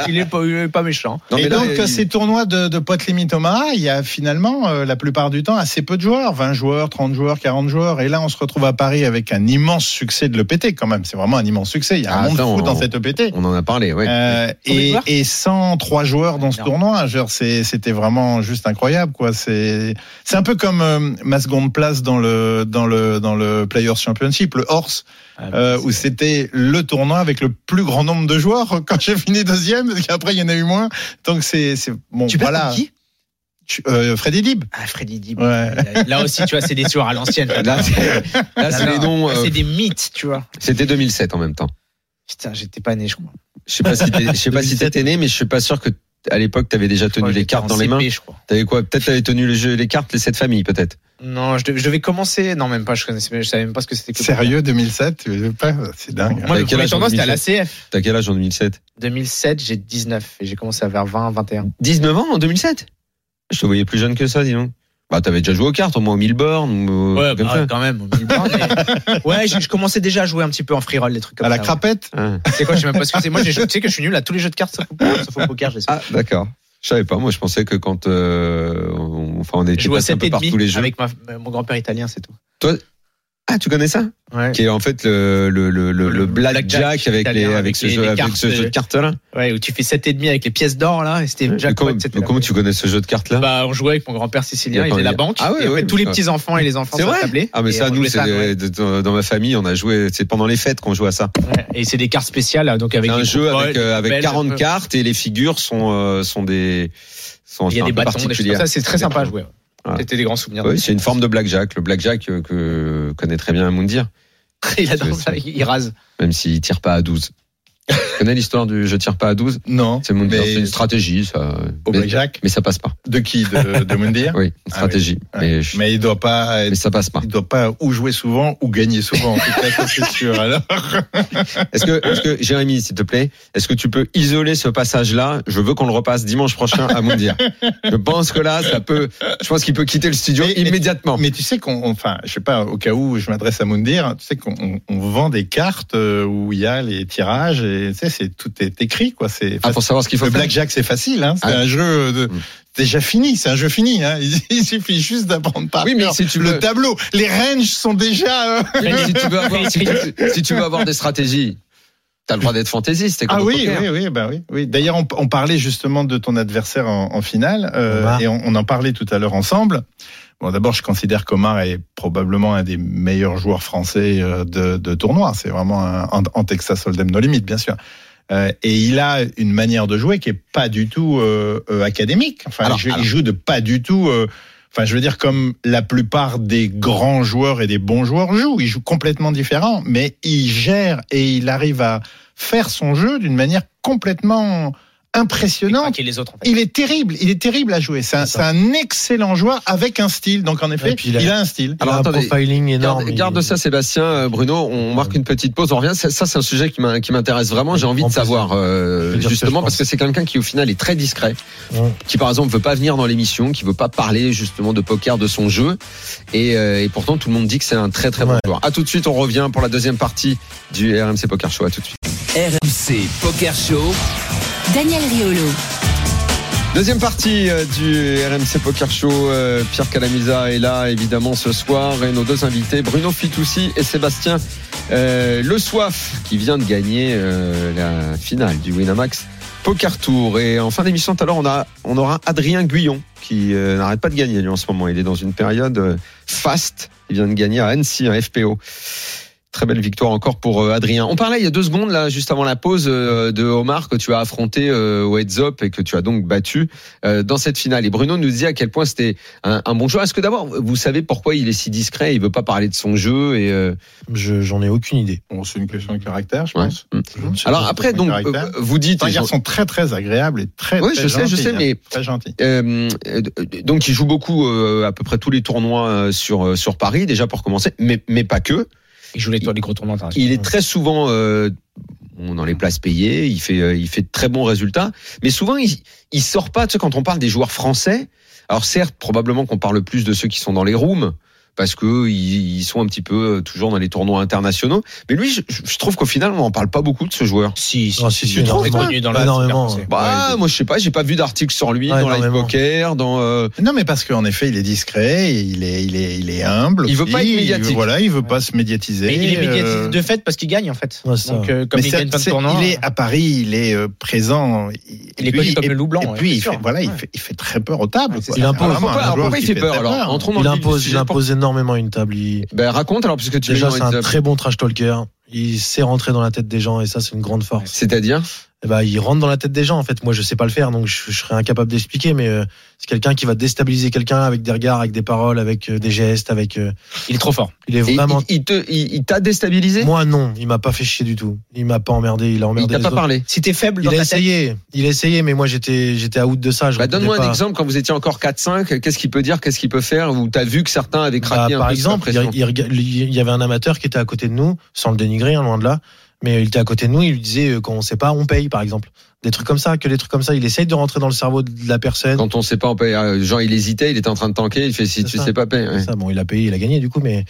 Il est pas, il est pas méchant.
Non, mais
et
là,
donc,
il-
ces tournois de, de potes Thomas, il y a finalement, euh, la plupart du temps, assez peu de joueurs. 20 joueurs, 30 joueurs, 40 joueurs. Et là, on se retrouve à Paris avec un immense succès de l'EPT, quand même. C'est vraiment un immense succès. Il y a
Ah,
un monde
attends,
fou dans
on-
cette E EPT.
on en a parlé, ouais.
Euh,
Combien de
et,
joueurs
et 103 joueurs dans ce
Énorme.
tournoi, genre c'est- c'était vraiment juste incroyable quoi. C'est c'est un peu comme euh, ma seconde place dans le dans le dans le Players Championship, le Horse, euh, où c'était le tournoi avec le plus grand nombre de joueurs. Quand j'ai fini deuxième, parce qu'après il y en a eu moins. Donc c'est c'est bon
Tu parles
voilà.
de qui
Tu- euh, Freddy Dib.
Ah, Freddy Dib.
Ouais.
Là aussi, tu vois, c'est des tueurs à l'ancienne.
Là, c'est là, c'est
non,
les noms. euh,
C'est des mythes, tu vois.
C'était 2007 en même temps.
Putain, j'étais pas né, je crois.
Je sais pas si t'es- je sais pas si t'étais né, mais je suis pas sûr que t- à l'époque t'avais déjà tenu les cartes dans les mains.
Je crois.
T'avais quoi Peut-être t'avais tenu le jeu, les cartes, les sept familles, peut-être.
Non, je devais, je devais commencer. Non, même pas. Je connaissais, je savais même pas ce que c'était. que-
Sérieux 2007, tu veux pas c'est dingue.
Moi,
T'avais
le
hein. quel
premier
âge en
tournoi, c'était à l'ACF.
T'as quel âge en 2007
2007, j'ai 19 et j'ai commencé à vers 20, 21.
19 ans en 2007 Je te voyais plus jeune que ça, dis donc. Bah t'avais déjà joué aux cartes, au moins au Milborn, ou
Ouais,
comme
bah,
ça.
quand même. au milieu de bord, mais- ouais, je, je commençais déjà à jouer un petit peu en free roll, des trucs comme
À la
ça.
crapette.
Ah,
C'est quoi Je sais même pas ce que c'est. Moi, j'ai- tu sais que je suis nul à tous les jeux de cartes sauf au, sauf au poker. Je les sais.
Ah, d'accord. Je savais pas. Moi, je pensais que quand, euh, on, enfin, on était
Je joue à
passé un peu
7,5
par tous les jeux.
avec ma- euh, mon grand-père italien, c'est tout.
Ah, tu connais ça
Ouais.
Qui est en fait le le le le, le
Le
blackjack
blackjack
avec les
italien,
avec,
avec
ce
les-
jeu
les
avec
cartes,
ce jeu de
euh,
cartes là.
Ouais, où tu fais 7,5 avec les pièces d'or, là, et c'était
Mais
Jack
comment,
White, c'était la-
comment tu connais ce jeu de cartes là
bah, on jouait avec mon grand-père sicilien,
Il y a
il
pas
faisait la
moyen.
banque.
Ah ouais,
et après,
ouais,
tous les
ça-
petants et les enfants
C'est vrai
s'attablaient.
Ah mais
et
ça
on
nous
jouait
c'est
ouais.
dans dans ma famille on a joué c'est pendant les fêtes qu'on joue à ça.
Ouais. Et c'est des cartes spéciales, donc avec
C'est un
des
jeu
coupoles,
avec
des
euh, avec
poubelles,
40
euh,
cartes et les figures sont euh, sont des sont
Il y a
un
des
peu
bâtons, des choses comme
particulières.
ça. C'est très
Des
sympa à
bâtons.
jouer. ouais.
Voilà.
C'était des grands souvenirs.
Oui, c'est une forme de blackjack, le blackjack euh, que connaît très bien Moundir,
Il adore ça, il il rase.
même s'il tire pas à 12. tu connais l'histoire du je tire pas à 12
Non.
C'est Moundir,
Mais-
c'est une stratégie ça.
Au
Mais,
blackjack
mais ça passe pas.
De qui De, de Mundir
Oui, une
Ah
stratégie,
oui.
mais je-
Mais il doit pas
mais
être-
ça passe pas.
il doit pas ou jouer souvent ou gagner souvent. En tout cas, ça, c'est sûr. Alors,
Est-ce que, est-ce que Jérémy, s'il te plaît, est-ce que tu peux isoler ce passage-là Je veux qu'on le repasse dimanche prochain à Moundir. Je pense que là, ça peut. Je pense qu'il peut quitter le studio
Mais- mais-
immédiatement.
mais tu sais qu'on, on- enfin, je sais pas, au cas où je m'adresse à Moundir, tu sais qu'on on- on vend des cartes euh, où il y a les tirages et tu sais, c'est tout est écrit quoi. C'est
ah, pour savoir ce qu'il faut
le
faire.
blackjack, c'est facile. Hein. C'est
Ah.
un jeu de-
Mm.
déjà fini. C'est un jeu fini. Hein. Il, il suffit juste d'apprendre par
Oui, mais
cœur
si tu
le
veux-
tableau. Les ranges sont déjà. euh,
Mais si tu veux avoir, si tu, si tu veux avoir des stratégies, t'as le droit d'être fantaisiste. c'est comme
Ah
au
oui,
poker.
oui, oui, bah oui, oui. D'ailleurs, on, on parlait justement de ton adversaire en, en finale euh,
Omar.
et on, on en parlait tout à l'heure ensemble. Bon, d'abord, je considère qu'Omar est probablement un des meilleurs joueurs français euh, de, de tournoi. C'est vraiment un, en, en Texas Hold'em No Limit, bien sûr. Euh, et il a une manière de jouer qui est pas du tout euh, euh, académique. Enfin,
Alors,
il, joue- il
alors.
joue de pas du tout. euh, Enfin, je veux dire, comme la plupart des grands joueurs et des bons joueurs jouent, ils jouent complètement différents, mais il gère et il arrive à faire son jeu d'une manière complètement impressionnante.
Et les autres, en fait.
Il est terrible, il est terrible à jouer. C'est un,
C'est ça.
c'est un excellent joueur avec un style. Donc en effet,
Et puis
il,
il
a...
a-
un style.
Alors,
Alors, un
attendez,
profiling énorme.
Garde, garde
il-
ça, Sébastien, euh, Bruno. On marque une petite pause. On revient. Ça, ça, c'est un sujet qui m'in- qui m'intéresse vraiment. J'ai envie
En
de
plus,
savoir, euh,
je peux dire ce que
justement,
je
parce que c'est quelqu'un qui, au final, est très discret,
Ouais.
qui, par exemple, veut pas venir dans l'émission, qui veut pas parler justement de poker, de son jeu, et, euh, et pourtant, tout le monde dit que c'est un très très bon
Ouais.
joueur. À tout de suite. On revient pour la deuxième partie du RMC Poker Show. À tout de suite.
RMC Poker Show.
Daniel Riolo.
Deuxième partie euh, du RMC Poker Show. Euh, Pierre Calamisa est là évidemment ce soir et nos deux invités Bruno Fitoussi et Sébastien euh, Le Soif qui vient de gagner euh, la finale du Winamax Poker Tour. Et en fin d'émission tout à l'heure on, a, on aura Adrien Guyon qui euh, n'arrête pas de gagner lui en ce moment. Il est dans une période euh, faste. Il vient de gagner à Annecy un FPO. Très belle victoire encore pour euh, Adrien. On parlait il y a deux secondes, là, juste avant la pause, euh, de Omar que tu as affronté euh, au Heads Up et que tu as donc battu euh, dans cette finale. Et Bruno nous dit à quel point c'était un, un bon joueur. Est-ce que d'abord, vous savez pourquoi il est si discret Il veut pas parler de son jeu et. euh,
Je- J'en ai aucune idée.
Bon, c'est une question de caractère, je
ouais.
pense.
Mm.
Je ne sais
Alors
pas.
après, donc, euh,
caractère.
vous dites.
Mmh. C'est un garçon très très agréable et très.
Oui,
très
je sais, je
gentil,
sais,
hein.
mais
très gentil.
euh, euh, donc il joue beaucoup euh, à peu près tous les tournois euh, sur euh, sur Paris déjà pour commencer, mais mais pas que.
Il joue les tours des gros tournois internationaux.
Il est très souvent euh, bon, dans les places payées, il fait, euh, il fait de très bons résultats, mais souvent il, il sort pas. Tu sais, quand on parle des joueurs français, alors certes, probablement qu'on parle plus de ceux qui sont dans les rooms, parce que ils, ils sont un petit peu euh, toujours dans les tournois internationaux, mais lui, je, je trouve qu'au final, on n'en parle pas beaucoup de ce joueur.
Si, si,
Ah, si,
il
si,
est très
énormément.
connu dans la
Énormément.
cyber,
Bah, moi je sais pas, j'ai pas vu d'article sur lui
Ouais,
dans Live
énormément.
Poker, dans. euh,
Non, mais parce qu'en effet, il est discret, il est, il est, il est humble.
Il veut pas
aussi,
être médiatique.
il- Voilà, il veut
Ouais.
pas se médiatiser.
Mais il est médiatisé
euh,
de fait parce qu'il gagne en fait.
Ouais, c'est
Donc euh, comme
mais
il
ça,
gagne plein de
c'est-
tournois, hein.
il est à Paris, il est euh, présent.
il est
lui,
connu comme
et-
le loup blanc. ouais,
Et puis,
c'est
il
sûr.
fait, voilà, il,
Ouais.
fait, il fait très peur aux tables.
Ouais, c'est
ça.
quoi.
Il impose.
C'est vraiment
Pourquoi,
un
alors,
joueur
pourquoi il
qui
fait peur alors
hein.
Entrons dans
Il
le vif du
impose, il
sujet.
impose énormément une table. Il-
Ben, raconte alors, puisque tu
Déjà,
mets
c'est
dans les
un
apps.
très bon trash talker. Il sait rentrer dans la tête des gens et ça, c'est une grande force.
C'est-à-dire
Eh ben, il rentre dans la tête des gens. En fait, moi, je sais pas le faire, donc je, je serais incapable d'expliquer. Mais euh, c'est quelqu'un qui va déstabiliser quelqu'un avec des regards, avec des paroles, avec euh, des gestes, avec. euh,
Il est trop fort.
il est
Et
vraiment.
il, il te- il- il t'a déstabilisé
Moi, non, il m'a pas fait chier du tout. Il m'a pas emmerdé. Il a
Il
emmerdé.
t'a
les
pas
autres.
parlé
Si t'es faible
Il
dans
a
ta tête,
essayé. Il a essayé, mais moi, j'étais, j'étais out de ça. Je
Bah,
répondais
Donne-moi
pas.
un exemple quand vous étiez encore 4-5, qu'est-ce qu'il peut dire, qu'est-ce qu'il peut faire, ou t'as vu que certains avaient
Bah,
craqué un
par
peu sous la
exemple, il,
pression.
il rega- il y avait un amateur qui était à côté de nous, sans le dénigrer, hein, loin de là, mais il était à côté de nous, il lui disait euh, quand on sait pas, on paye, par exemple. Des trucs comme ça, que les trucs comme ça, il essaye de rentrer dans le cerveau de la personne.
Quand on sait pas, on paye. Euh, Jean, il hésitait, il était en train de tanker. Il fait si
C'est
tu
ça.
sais pas payer. ouais.
Ça, bon, il a payé, il a gagné du coup, mais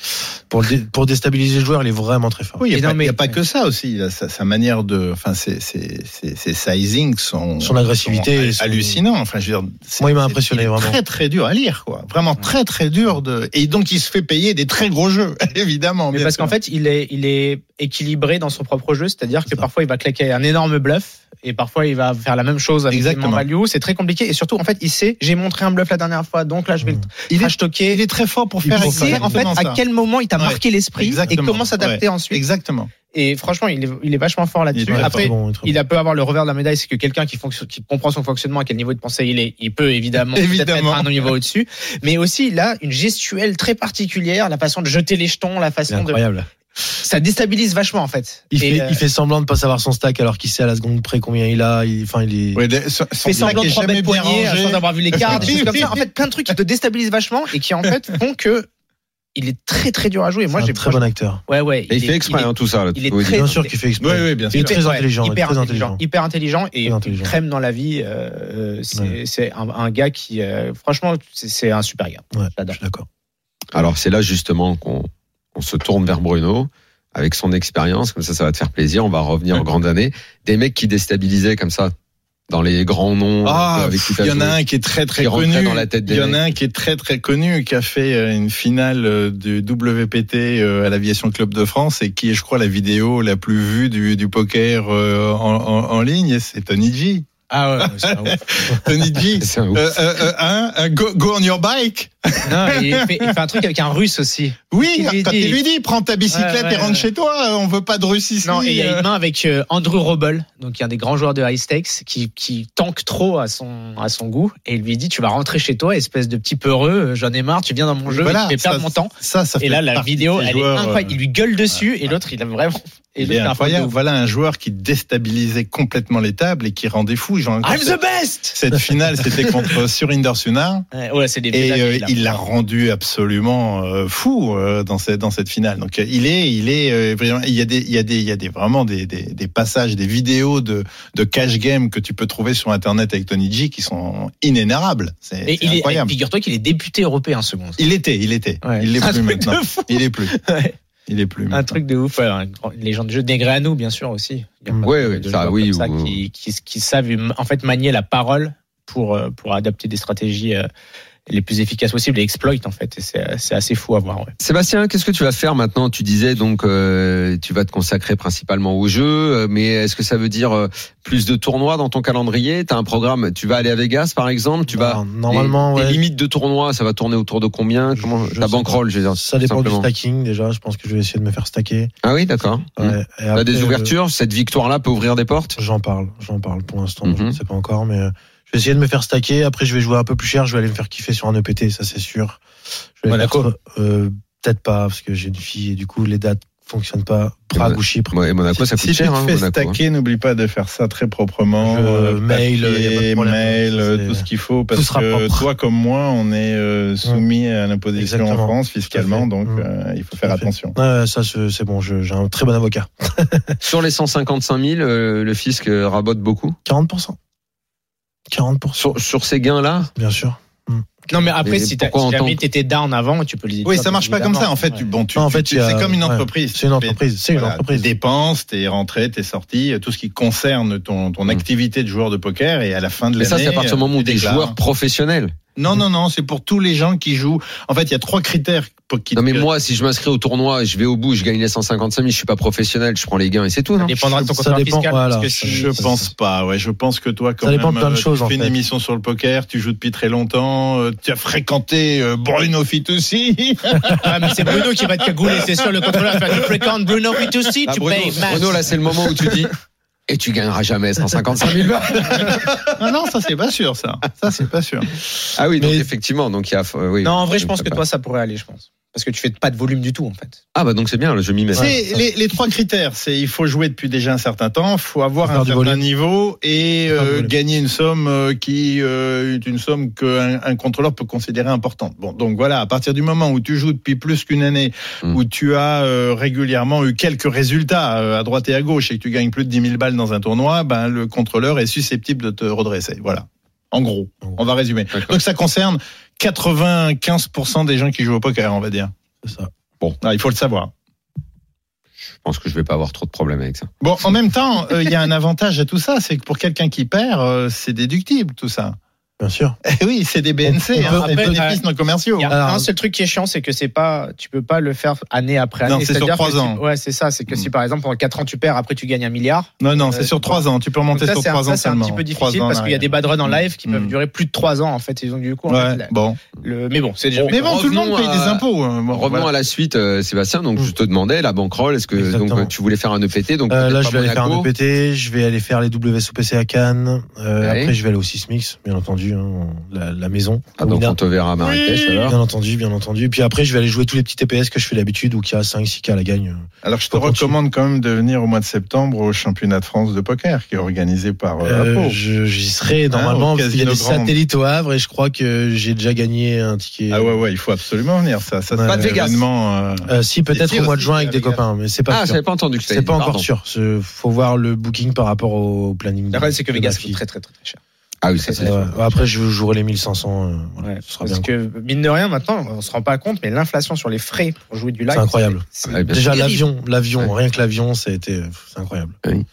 pour, le dé- pour déstabiliser le joueur, il est vraiment très fort.
Oui, il
Et
n'y a,
non,
pas-
mais-
il y a pas que ça aussi. Il a sa, sa manière de. Enfin, ses, ses, ses, ses sizings sont.
Son agressivité
sont
et son-
hallucinants. Enfin, je veux dire. c'est-
Moi, il m'a
c'est-
impressionné,
est
vraiment.
Très, très dur à lire, quoi. Vraiment très, très dur. De... Et donc, il se fait payer des très gros jeux, évidemment.
Mais
bien
parce
sûr.
qu'en fait, il est, il est équilibré dans son propre jeu, c'est-à-dire que
C'est ça.
parfois il va claquer un énorme bluff et parfois il va faire la même chose avec
Exactement.
Exactement. value. C'est très compliqué et surtout, en fait, il sait j'ai montré un bluff la dernière fois, donc là je vais le
Mmh. Il est-
trash talker.
il est très fort pour
Il
faire
Il
pense
sait en fait
exactement ça.
à quel moment il t'a
Ouais.
marqué l'esprit et
Exactement.
comment s'adapter ensuite.
Exactement.
Et franchement, il est, il est vachement fort
Il est
là-dessus.
très
Après,
bon, très
il a peut avoir le revers de la médaille, c'est que quelqu'un qui, fonctionne- qui comprend son fonctionnement, à quel niveau de pensée il est, il peut évidemment, peut-être
Évidemment.
être à un niveau au-dessus. Mais aussi, il a une gestuelle très particulière, la façon de jeter les jetons, la
C'est
façon de.
incroyable.
Ça déstabilise vachement en fait.
Il,
Et,
fait,
euh,
il fait semblant de pas savoir son stack alors qu'il sait à la seconde près combien il a. Il, enfin, il est.
Ouais, de- son- son
fait semblant
plaqué
de trois
jamais
belles
bien
poignées
rangé.
euh, sans avoir vu les cartes, des
Oui,
choses comme
oui,
ça. En
oui.
fait, plein de trucs qui te déstabilisent vachement et qui en fait font que il est très très dur à jouer. Moi,
c'est
j'ai
un très bon acteur.
Ouais, ouais.
Et il, fait
est-
exprès
il est-
hein, tout ça. Là,
il est
faut vous
très-
dire.
Bien sûr qu'il fait
Oui,
exprès.
oui, bien
Il est
sûr.
très
ouais,
intelligent. il est
hyper
très intelligent.
hyper intelligent et
Très intelligent.
crème dans la vie. euh, c'est
Ouais.
c'est un, un gars qui, euh, franchement, c'est- c'est un super gars.
Ouais, je
J'adore.
suis d'accord.
Alors c'est là justement qu'on on se tourne vers Bruno avec son expérience. Comme ça, ça va te faire plaisir. On va revenir en grande année. Des mecs qui déstabilisaient comme ça dans les grands noms. euh,
Ah,
avec
pff,
qui t'as
il y en
joué.
a un qui est très très
Qui rentrait
connu.
dans la tête des
il y en a
mecs.
un qui est très très connu, qui a fait euh, une finale euh, du WPT euh, à l'Aviation Club de France et qui est, je crois, la vidéo la plus vue du, du poker euh, en, en- en ligne. et C'est Tony G.
Ah ouais, c'est un ouf.
Tony G.
C'est un ouf.
Euh, euh, euh, hein, euh, go, go on your bike.
Non, et il, fait, il fait un truc avec un russe aussi.
Oui,
Il lui
quand
dit-
il lui dit, prends ta bicyclette
Ouais, ouais,
et rentre
ouais.
chez toi. euh, On veut pas de Russie. ici,
Non, et il y a
euh.
une main avec euh, Andrew Roble, donc un des grands joueurs de high stakes, qui, qui tank trop à son, à son goût, et il lui dit Tu vas rentrer chez toi, espèce de petit peureux, euh, j'en ai marre, tu viens dans mon jeu,
Voilà,
et tu fais perdre
ça-
mon temps.
Ça, ça
Et
fait
là, la
partie de
vidéo,
ces
elle
joueurs,
est
euh,
incroyable. Il lui gueule dessus, et
ouais.
l'autre, il a vraiment. Et
Il
l'autre,
est
il a un
incroyable.
photo.
Voilà un joueur qui déstabilisait complètement les tables et qui rendait fou. J'ai encore
I'm
cette-
the best
Cette finale, c'était contre Surinder Sunar.
Ouais, ouais, c'est des
Et
vieux
euh,
là.
il l'a rendu absolument euh, fou euh, dans cette dans cette finale. Donc euh, il est il est euh, vraiment- il y a des il y a des il y a des vraiment des des, des passages des vidéos de de cash game que tu peux trouver sur internet avec Tony G qui sont inénarrables. C'est
Et
c'est
il est,
incroyable.
figure-toi qu'il est député européen, ce second.
Il était il était
Ouais.
il l'est
Un
plus
truc de
maintenant.
fou.
Il est plus
Ouais.
il est plus.
Un
maintenant.
truc de ouf. Ouais, un grand- les gens du jeu dégré à nous, bien sûr, aussi. Il y a
Mm.
pas
Ouais,
de-
ouais,
de
ça,
joueurs
oui,
comme ça
ou-
qui, qui, qui savent hum, en fait manier la parole pour, euh, pour adapter des stratégies euh, les plus efficaces possibles et exploit, en fait. Et c'est c'est assez fou à voir. ouais.
Sébastien, qu'est-ce que tu vas faire maintenant Tu disais donc euh, tu vas te consacrer principalement au jeu, euh, mais est-ce que ça veut dire euh, plus de tournois dans ton calendrier T'as un programme Tu vas aller à Vegas par exemple Tu vas
Alors, Bah, normalement,
les, les
ouais.
limites de tournois, ça va tourner autour de combien
Je-
Comment
je
ta
sais
bankroll je veux dire,
Ça dépend
simplement.
du stacking déjà. Je pense que je vais essayer de me faire stacker.
Ah oui, d'accord.
Ouais.
Mmh.
Et
T'as
après,
des
euh,
ouvertures Cette victoire-là peut ouvrir des portes
J'en parle, j'en parle pour l'instant, je
Mhm.
ne sais pas encore, mais euh, je vais essayer de me faire stacker. Après, je vais jouer un peu plus cher, je vais aller me faire kiffer sur un EPT, ça c'est sûr. Je vais
Monaco.
faire, euh, Peut-être pas, parce que j'ai une fille et du coup, les dates fonctionnent pas. Prague
Ouais.
ou Chypre.
Ouais, et Monaco, ça coûte
si tu
cher.
te
hein,
fais
Monaco, hein.
stacker, n'oublie pas de faire ça très proprement.
Je-
euh,
mail,
papier,
y a pas de problème. hein,
mail,
Ça,
euh,
c'est-
tout ce qu'il faut. Parce
sera
que
propre.
toi, comme moi, on est euh, soumis à l'imposition en
Exactement.
France fiscalement,
Tout à fait.
donc
Mm.
euh, il faut faire
à fait.
attention.
Ouais, ça c'est c'est bon, je- j'ai un très bon avocat.
Sur les 155 000, euh, le fisc euh, rabote beaucoup.
40%. 40%,
Sur, sur ces gains-là,
bien sûr.
Non, mais après,
Et
si, t'as-
pourquoi
si
en
jamais
tant que-
t'étais down avant, tu peux les
Oui, ça marche pas comme ça. En fait, tu- bon, tu,
Non, en
tu-
fait,
tu-
il y a-
c'est comme une
ouais.
entreprise.
C'est une entreprise, c'est une
Voilà,
entreprise.
Tes dépenses, tes rentrées, tes sorties, tout ce qui concerne ton, ton activité de joueur de poker et à la fin de
Mm. mais
l'année. euh,
ça c'est à partir du moment où
tu
des
déclares.
joueurs professionnels.
Non, non, non, c'est pour tous les gens qui jouent. En fait, il y a trois critères pour qui.
Non mais moi, si je m'inscris au tournoi, je vais au bout, je gagne les 155 000, je suis pas professionnel, je prends les gains et c'est tout. Non
Ça dépendra de ton
Ça
compteur
dépend,
fiscal.
voilà.
parce que si-
Je pense pas. Ouais, je pense que toi, quand
Ça dépend
même,
de plein de
euh,
choses,
tu
en
fais une
fait.
émission sur le poker, tu joues depuis très longtemps, euh, tu as fréquenté euh, Bruno Fitoussi.
Ah, mais c'est Bruno qui va te cagouler, c'est sûr. Le contrôleur va te fréquent Bruno B2C,
Ah,
tu
Bruno,
payes max.
Bruno, là c'est le moment où tu dis et tu gagneras jamais 155 000 balles.
non, non, ça c'est pas sûr, ça. Ça c'est pas sûr.
Ah oui, donc
Mais-
effectivement, donc il y a euh, oui.
Non, en vrai, je
Donc,
pense
ça
que
passe.
toi, ça pourrait aller, je pense. Parce que tu fais pas de volume du tout, en fait.
Ah bah donc c'est bien, je m'y mets.
C'est les, les trois critères, c'est il faut jouer depuis déjà un certain temps, faut avoir
Faire
un
du
certain
volume.
niveau et
Faire du
euh,
volume.
gagner une somme euh, qui euh, est une somme qu'un un contrôleur peut considérer importante. Bon, donc voilà, à partir du moment où tu joues depuis plus qu'une année,
Hmm.
Mm.
où tu as euh, régulièrement eu quelques résultats euh, à droite et à gauche et que tu gagnes plus de 10 000 balles dans un tournoi, ben le contrôleur est susceptible de te redresser. Voilà. En gros,
En gros.
on va résumer.
D'accord.
Donc ça concerne 95% des gens qui jouent au poker, on va dire.
C'est ça.
Ah, il faut le savoir.
Je pense que je vais pas avoir trop de problèmes avec ça.
Bon, en même temps, euh, il y a un avantage à tout ça, c'est que pour quelqu'un qui perd, euh, c'est déductible tout ça.
Bien sûr.
Eh oui, c'est des BNC,
On peut-
hein,
on
rappel
peut-
des pistes non commerciaux.
Il y a
Alors-
un seul truc qui est chiant, c'est que c'est pas, tu peux pas le faire année après année.
Non, c'est sur
C'est-à-dire
trois
que
ans. Hmm.
si- Ouais, c'est ça. C'est que si par exemple pendant 4 ans tu perds, après tu gagnes un milliard.
Non, non,
Euh,
c'est sur trois ans. Tu peux
Donc
remonter
ça,
sur
c'est un,
trois
ça,
ans
c'est un
seulement.
petit peu
Trois
difficile
ans
parce qu'il y a
arrière.
des bad runs en live qui peuvent
Mm.
durer plus de 3 ans en fait. Ils ont du coup. en fait,
Ouais,
la-
bon.
le... Mais bon, c'est déjà.
Mais bon, tout le monde
revenons
paye des
à-
impôts. hein. Bon,
Revenons
voilà.
à la suite, euh, Sébastien. Donc je te demandais la bankroll. Est-ce que
Exactement.
donc euh, tu voulais faire un EPT Donc
Euh,
peut-être
là,
pas
je vais aller faire un
Monaco.
EPT, je vais aller faire les WSOPC à Cannes. euh,
Ouais.
Après, je vais aller au Sismix, bien entendu, hein, la, la maison.
Ah, donc
Winner.
on te verra à Marrakech alors.
Bien entendu, bien entendu. Puis après, je vais aller jouer tous les petits TPS que je fais d'habitude ou qui a 5-6K à la gagne.
Alors, je te
Faut continuer.
recommande quand même de venir au mois de septembre au championnat de France de poker qui est organisé par euh,
Euh,
Apo.
je- J'y serai
Ah,
normalement
au
parce qu'il y a des
Casino Grand.
satellites au Havre et je crois que j'ai déjà gagné un ticket.
Ah ouais, ouais, il faut absolument venir. Ça, ça
Pas
c'est
de
un
Vegas.
événement, euh,
Euh, si, peut-être
si,
au mois de
aussi,
juin
c'est
avec
à
des
Vegas.
copains, mais c'est pas sûr.
Ah, j'avais pas entendu que
C'est pas encore
pardon.
sûr. C'est- Faut voir le booking par rapport au, au planning.
La règle, c'est que
de
Vegas
ma
coûte
fille.
très très très très cher.
Ah oui, ça
Ouais,
c'est sûr.
ouais. Après, je jouerai les 1500. euh, voilà,
Ouais,
ce sera
parce
bien.
que mine de rien, maintenant, on se rend pas compte, mais l'inflation sur les frais pour jouer du live,
C'est incroyable.
c'est-
Ouais, bien
Déjà,
sûr.
terrible.
l'avion, l'avion,
Ouais.
rien que l'avion, ça a été, euh, pff, c'est incroyable.
Oui.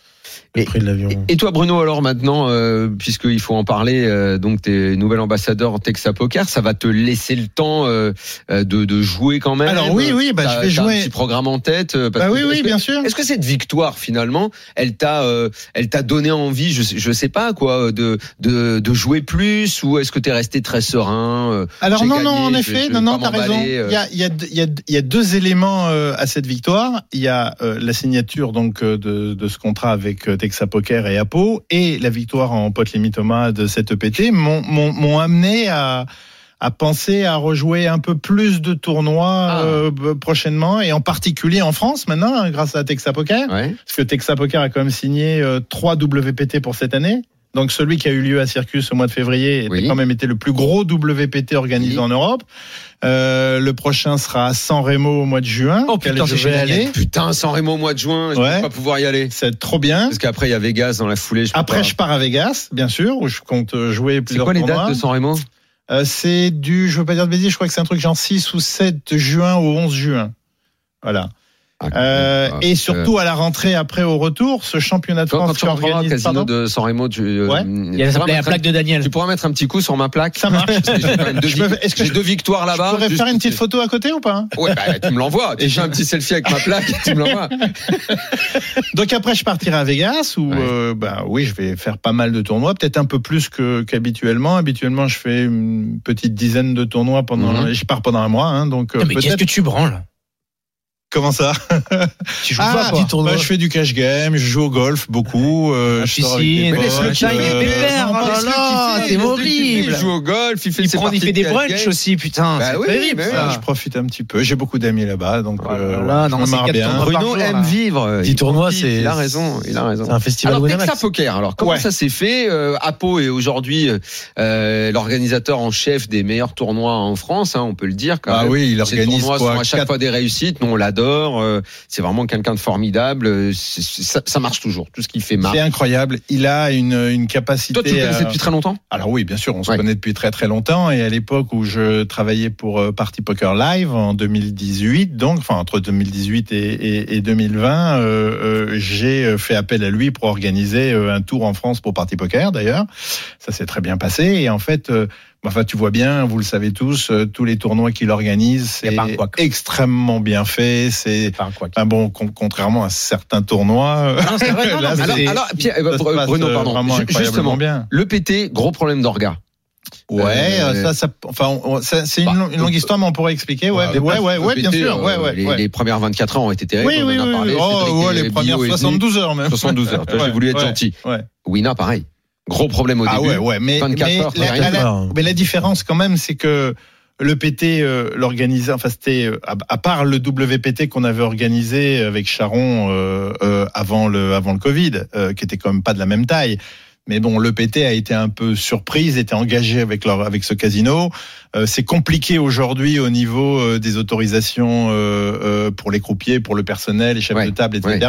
Le
Et-
prix de l'avion.
Et toi Bruno alors maintenant euh, puisqu'il faut en parler euh, donc t'es nouvel ambassadeur en Texas Poker ça va te laisser le temps euh, euh, de, de jouer quand même
Alors oui, oui, bah,
T'as-
je vais
t'as un
jouer.
petit programme en tête euh, parce
Bah
que-
oui,
est-ce
oui,
que-
bien sûr.
Est-ce que cette victoire finalement, elle t'a, euh, elle t'a donné envie, je, sais- je sais pas quoi, de de, de jouer plus ou est-ce que t'es resté très serein euh,
Alors
J'ai
non,
gagné,
non, en
je-
effet,
je vais
non, non,
pas
t'as raison.
m'emballer,
Il
euh.
y a, il y, a, deux- il y, a, il y a deux éléments euh, à cette victoire. Il y a euh, la signature donc euh, de, de ce contrat avec euh, Texas Poker et Apo et la victoire en pot limit Thomas de cette EPT m'ont- m'ont m'ont amené à à penser à rejouer un peu plus de tournois
Ah.
euh, b- prochainement et en particulier en France maintenant hein, grâce à Texas Poker
Ouais.
parce que Texas Poker a quand même signé euh, 3 WPT pour cette année. Donc celui qui a eu lieu à Circus au mois de février était
Oui.
quand même été le plus gros WPT organisé
Oui.
en Europe. Euh, le prochain sera à San Remo au mois de juin.
Oh,
Oh,
auquel je vais aller.
Putain, San Remo au mois de juin, je
Ouais.
vais pas pouvoir y aller
C'est trop bien.
parce qu'après il y a Vegas dans la foulée. Je peux
Après,
pas.
je pars à Vegas, bien sûr, où je compte jouer
c'est
plusieurs
quoi les
tournois.
dates de San Remo
Euh, c'est du, je veux pas dire de bêtises, je crois que c'est un truc genre 6 ou 7 juin au 11 juin. Voilà. Euh,
Ah,
et
euh,
surtout à la rentrée après au retour, ce championnat de
quand, quand
France
tu
qui
reprendras le
organise.
casino
pardon
de San Remo, tu, euh,
Ouais.
tu
Il y a
pourras
la, la
mettre un-
plaque de Daniel.
tu pourras mettre un petit coup sur ma plaque.
Ça marche.
Parce que j'ai quand même deux
Je me-
vic-
est-ce que
j'ai
je-
deux victoires
Je
là-bas.
pourrais
Juste-
faire une petite photo à côté ou pas hein
Ouais, bah, tu me l'envoies. Tu fais un petit selfie avec ma plaque, tu me l'envoies.
Donc après, je partirai à Vegas où,
Ouais.
euh, bah oui, je vais faire pas mal de tournois, peut-être un peu plus que qu'habituellement. Habituellement, je fais une petite dizaine de tournois pendant.
Mhm.
Je pars pendant un mois, hein, donc euh,
Non, Ah, mais qu'est-ce
peut-être.
que tu branles
Comment ça
Tu joues
Ah,
pas quoi
petit tournoi. Bah, je fais du cash game, je joue au golf beaucoup. euh,
La
je sors avec des
piscine,
potes,
mais laisse-le
euh,
tailler, pépère,
non,
oh là
parce que-
là,
Qu'est-ce
c'est
qu'il fait
horrible.
Il joue au golf, il fait
Il
ses
prend, il fait
parties de
des
cash
brunchs
game.
aussi, putain.
Bah
c'est
oui,
terrible,
mais oui,
ça.
Ah.
Je profite un petit peu. J'ai beaucoup d'amis là-bas, donc
Oh là
euh,
là,
je
non,
me
c'est
marre
quatre
bien.
tournois.
Bruno
Par jour,
aime
là.
vivre.
Petit
Il
tournoi,
profite,
c'est-
Il a raison, il a raison.
C'est un festival
Alors
Winamax.
Texas Poker, alors comment
Ouais.
ça s'est fait euh, Apo est aujourd'hui euh, l'organisateur en chef des meilleurs tournois en France, hein, on peut le dire. Quand
Ah
même.
oui, il
Ces
organise
tournois
quoi
sont à chaque
euh, quatre-
fois des réussites, nous on l'adore, euh, c'est vraiment quelqu'un de formidable, euh, c'est- c'est- ça, ça marche toujours, tout ce qu'il fait marche.
C'est incroyable. Il a une, une capacité.
Toi tu le connaissais
à-
depuis très longtemps
Alors oui, bien sûr, on se
Ouais.
connaît depuis très très longtemps et à l'époque où je travaillais pour euh, Party Poker Live en 2018, donc enfin entre 2018 et, et- et 2020, euh, euh, j'ai euh, fait appel à lui pour organiser euh, un tour en France pour Party Poker d'ailleurs. Ça s'est très bien passé et en fait, euh, enfin tu vois bien, vous le savez tous, euh, tous les tournois qu'il organise,
Y a
c'est
pas un couac.
extrêmement bien fait. C'est
Enfin, quoi.
enfin, bon, con- contrairement à certains tournois. euh,
Ah
Non, c'est vrai, non, non,
Là,
mais
Alors,
c'est-
alors Pierre, euh,
ça se passe,
Bruno,
euh,
pardon,
vraiment
Ju-
incroyablement
justement,
bien.
le PT, gros problème d'orga.
Ouais,
Euh,
euh, ça, ça, enfin, on- on- ça- c'est une,
bah,
long- une
donc,
longue histoire, mais on pourrait expliquer. Ouais,
Bah,
ouais, ouais, ouais,
le
bien
PT,
sûr.
euh,
Ouais, ouais,
les,
ouais.
les premières 24 heures ont été terribles.
oui,
on
oui,
en a
oui.
parlé. Cédric,
Oh, ouais,
euh,
les
Bio
premières
et demi.
72 heures même.
72 heures. Toi, j'ai
Ouais,
voulu être
ouais,
gentil.
ouais.
Wina, pareil. Gros problème au
Ah
début.
ouais, ouais, mais,
24
mais
heures,
la,
rien.
la- la- mais la différence quand même, c'est que le PT euh, l'organisait. Enfin, c'était euh, à, à part le WPT qu'on avait organisé avec Charon euh, euh, avant le avant le Covid, euh, qui était quand même pas de la même taille. Mais bon, le PT a été un peu surprise, était engagé avec leur avec ce casino. Euh, c'est compliqué aujourd'hui au niveau euh, des autorisations euh, euh, pour les croupiers, pour le personnel, les chefs
Ouais,
de table, etc.
ouais.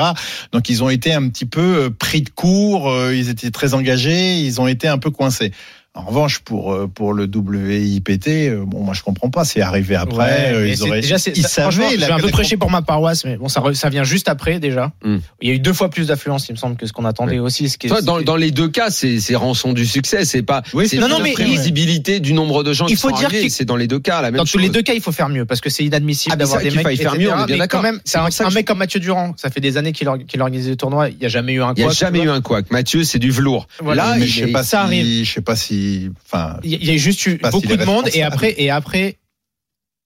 Donc ils ont été un petit peu euh, pris de court, euh, ils étaient très engagés, ils ont été un peu coincés. En revanche, pour euh, pour le WIPT, euh, bon, moi je comprends pas. C'est arrivé après.
Ouais,
euh,
mais
ils
c'est-
auraient.
déjà, c'est-
ils
ça-
savaient
franchement, je
la-
vais un peu
la-
prêcher pour ma paroisse, mais bon, ça, re- ça vient juste après déjà.
Mm.
Il y a eu deux fois plus d'affluence, il me semble, que ce qu'on attendait aussi. Ce qui est-
Toi, dans, dans les deux cas, c'est c'est rançon du succès. C'est pas
Oui,
c'est
non, non,
la
mais-
prévisibilité du nombre de gens
Il
qui
faut
sont
dire
arrivés.
qu'il-
C'est dans les deux cas la même
dans tous
chose.
les deux cas, il faut faire mieux parce que c'est inadmissible
Ah, mais
d'avoir
ça,
des
qu'il
mecs
faille faire mieux, on est bien
etc.. Mais
d'accord.
quand même,
C'est
c'est un,
pour ça que
un
je-
mec comme Mathieu Durand. Ça fait des années qu'il or- qu'il organise des tournois. Il n'y a jamais eu un.
Il n'y a jamais eu un couac. Mathieu, c'est du velours.
Voilà,
Là,
mais
il
je sais
est-
pas
ça
si,
arrive.
Je sais pas si. Enfin,
Il y a- il y a juste eu
pas
beaucoup
s'il est
de monde et
responsable.
après et après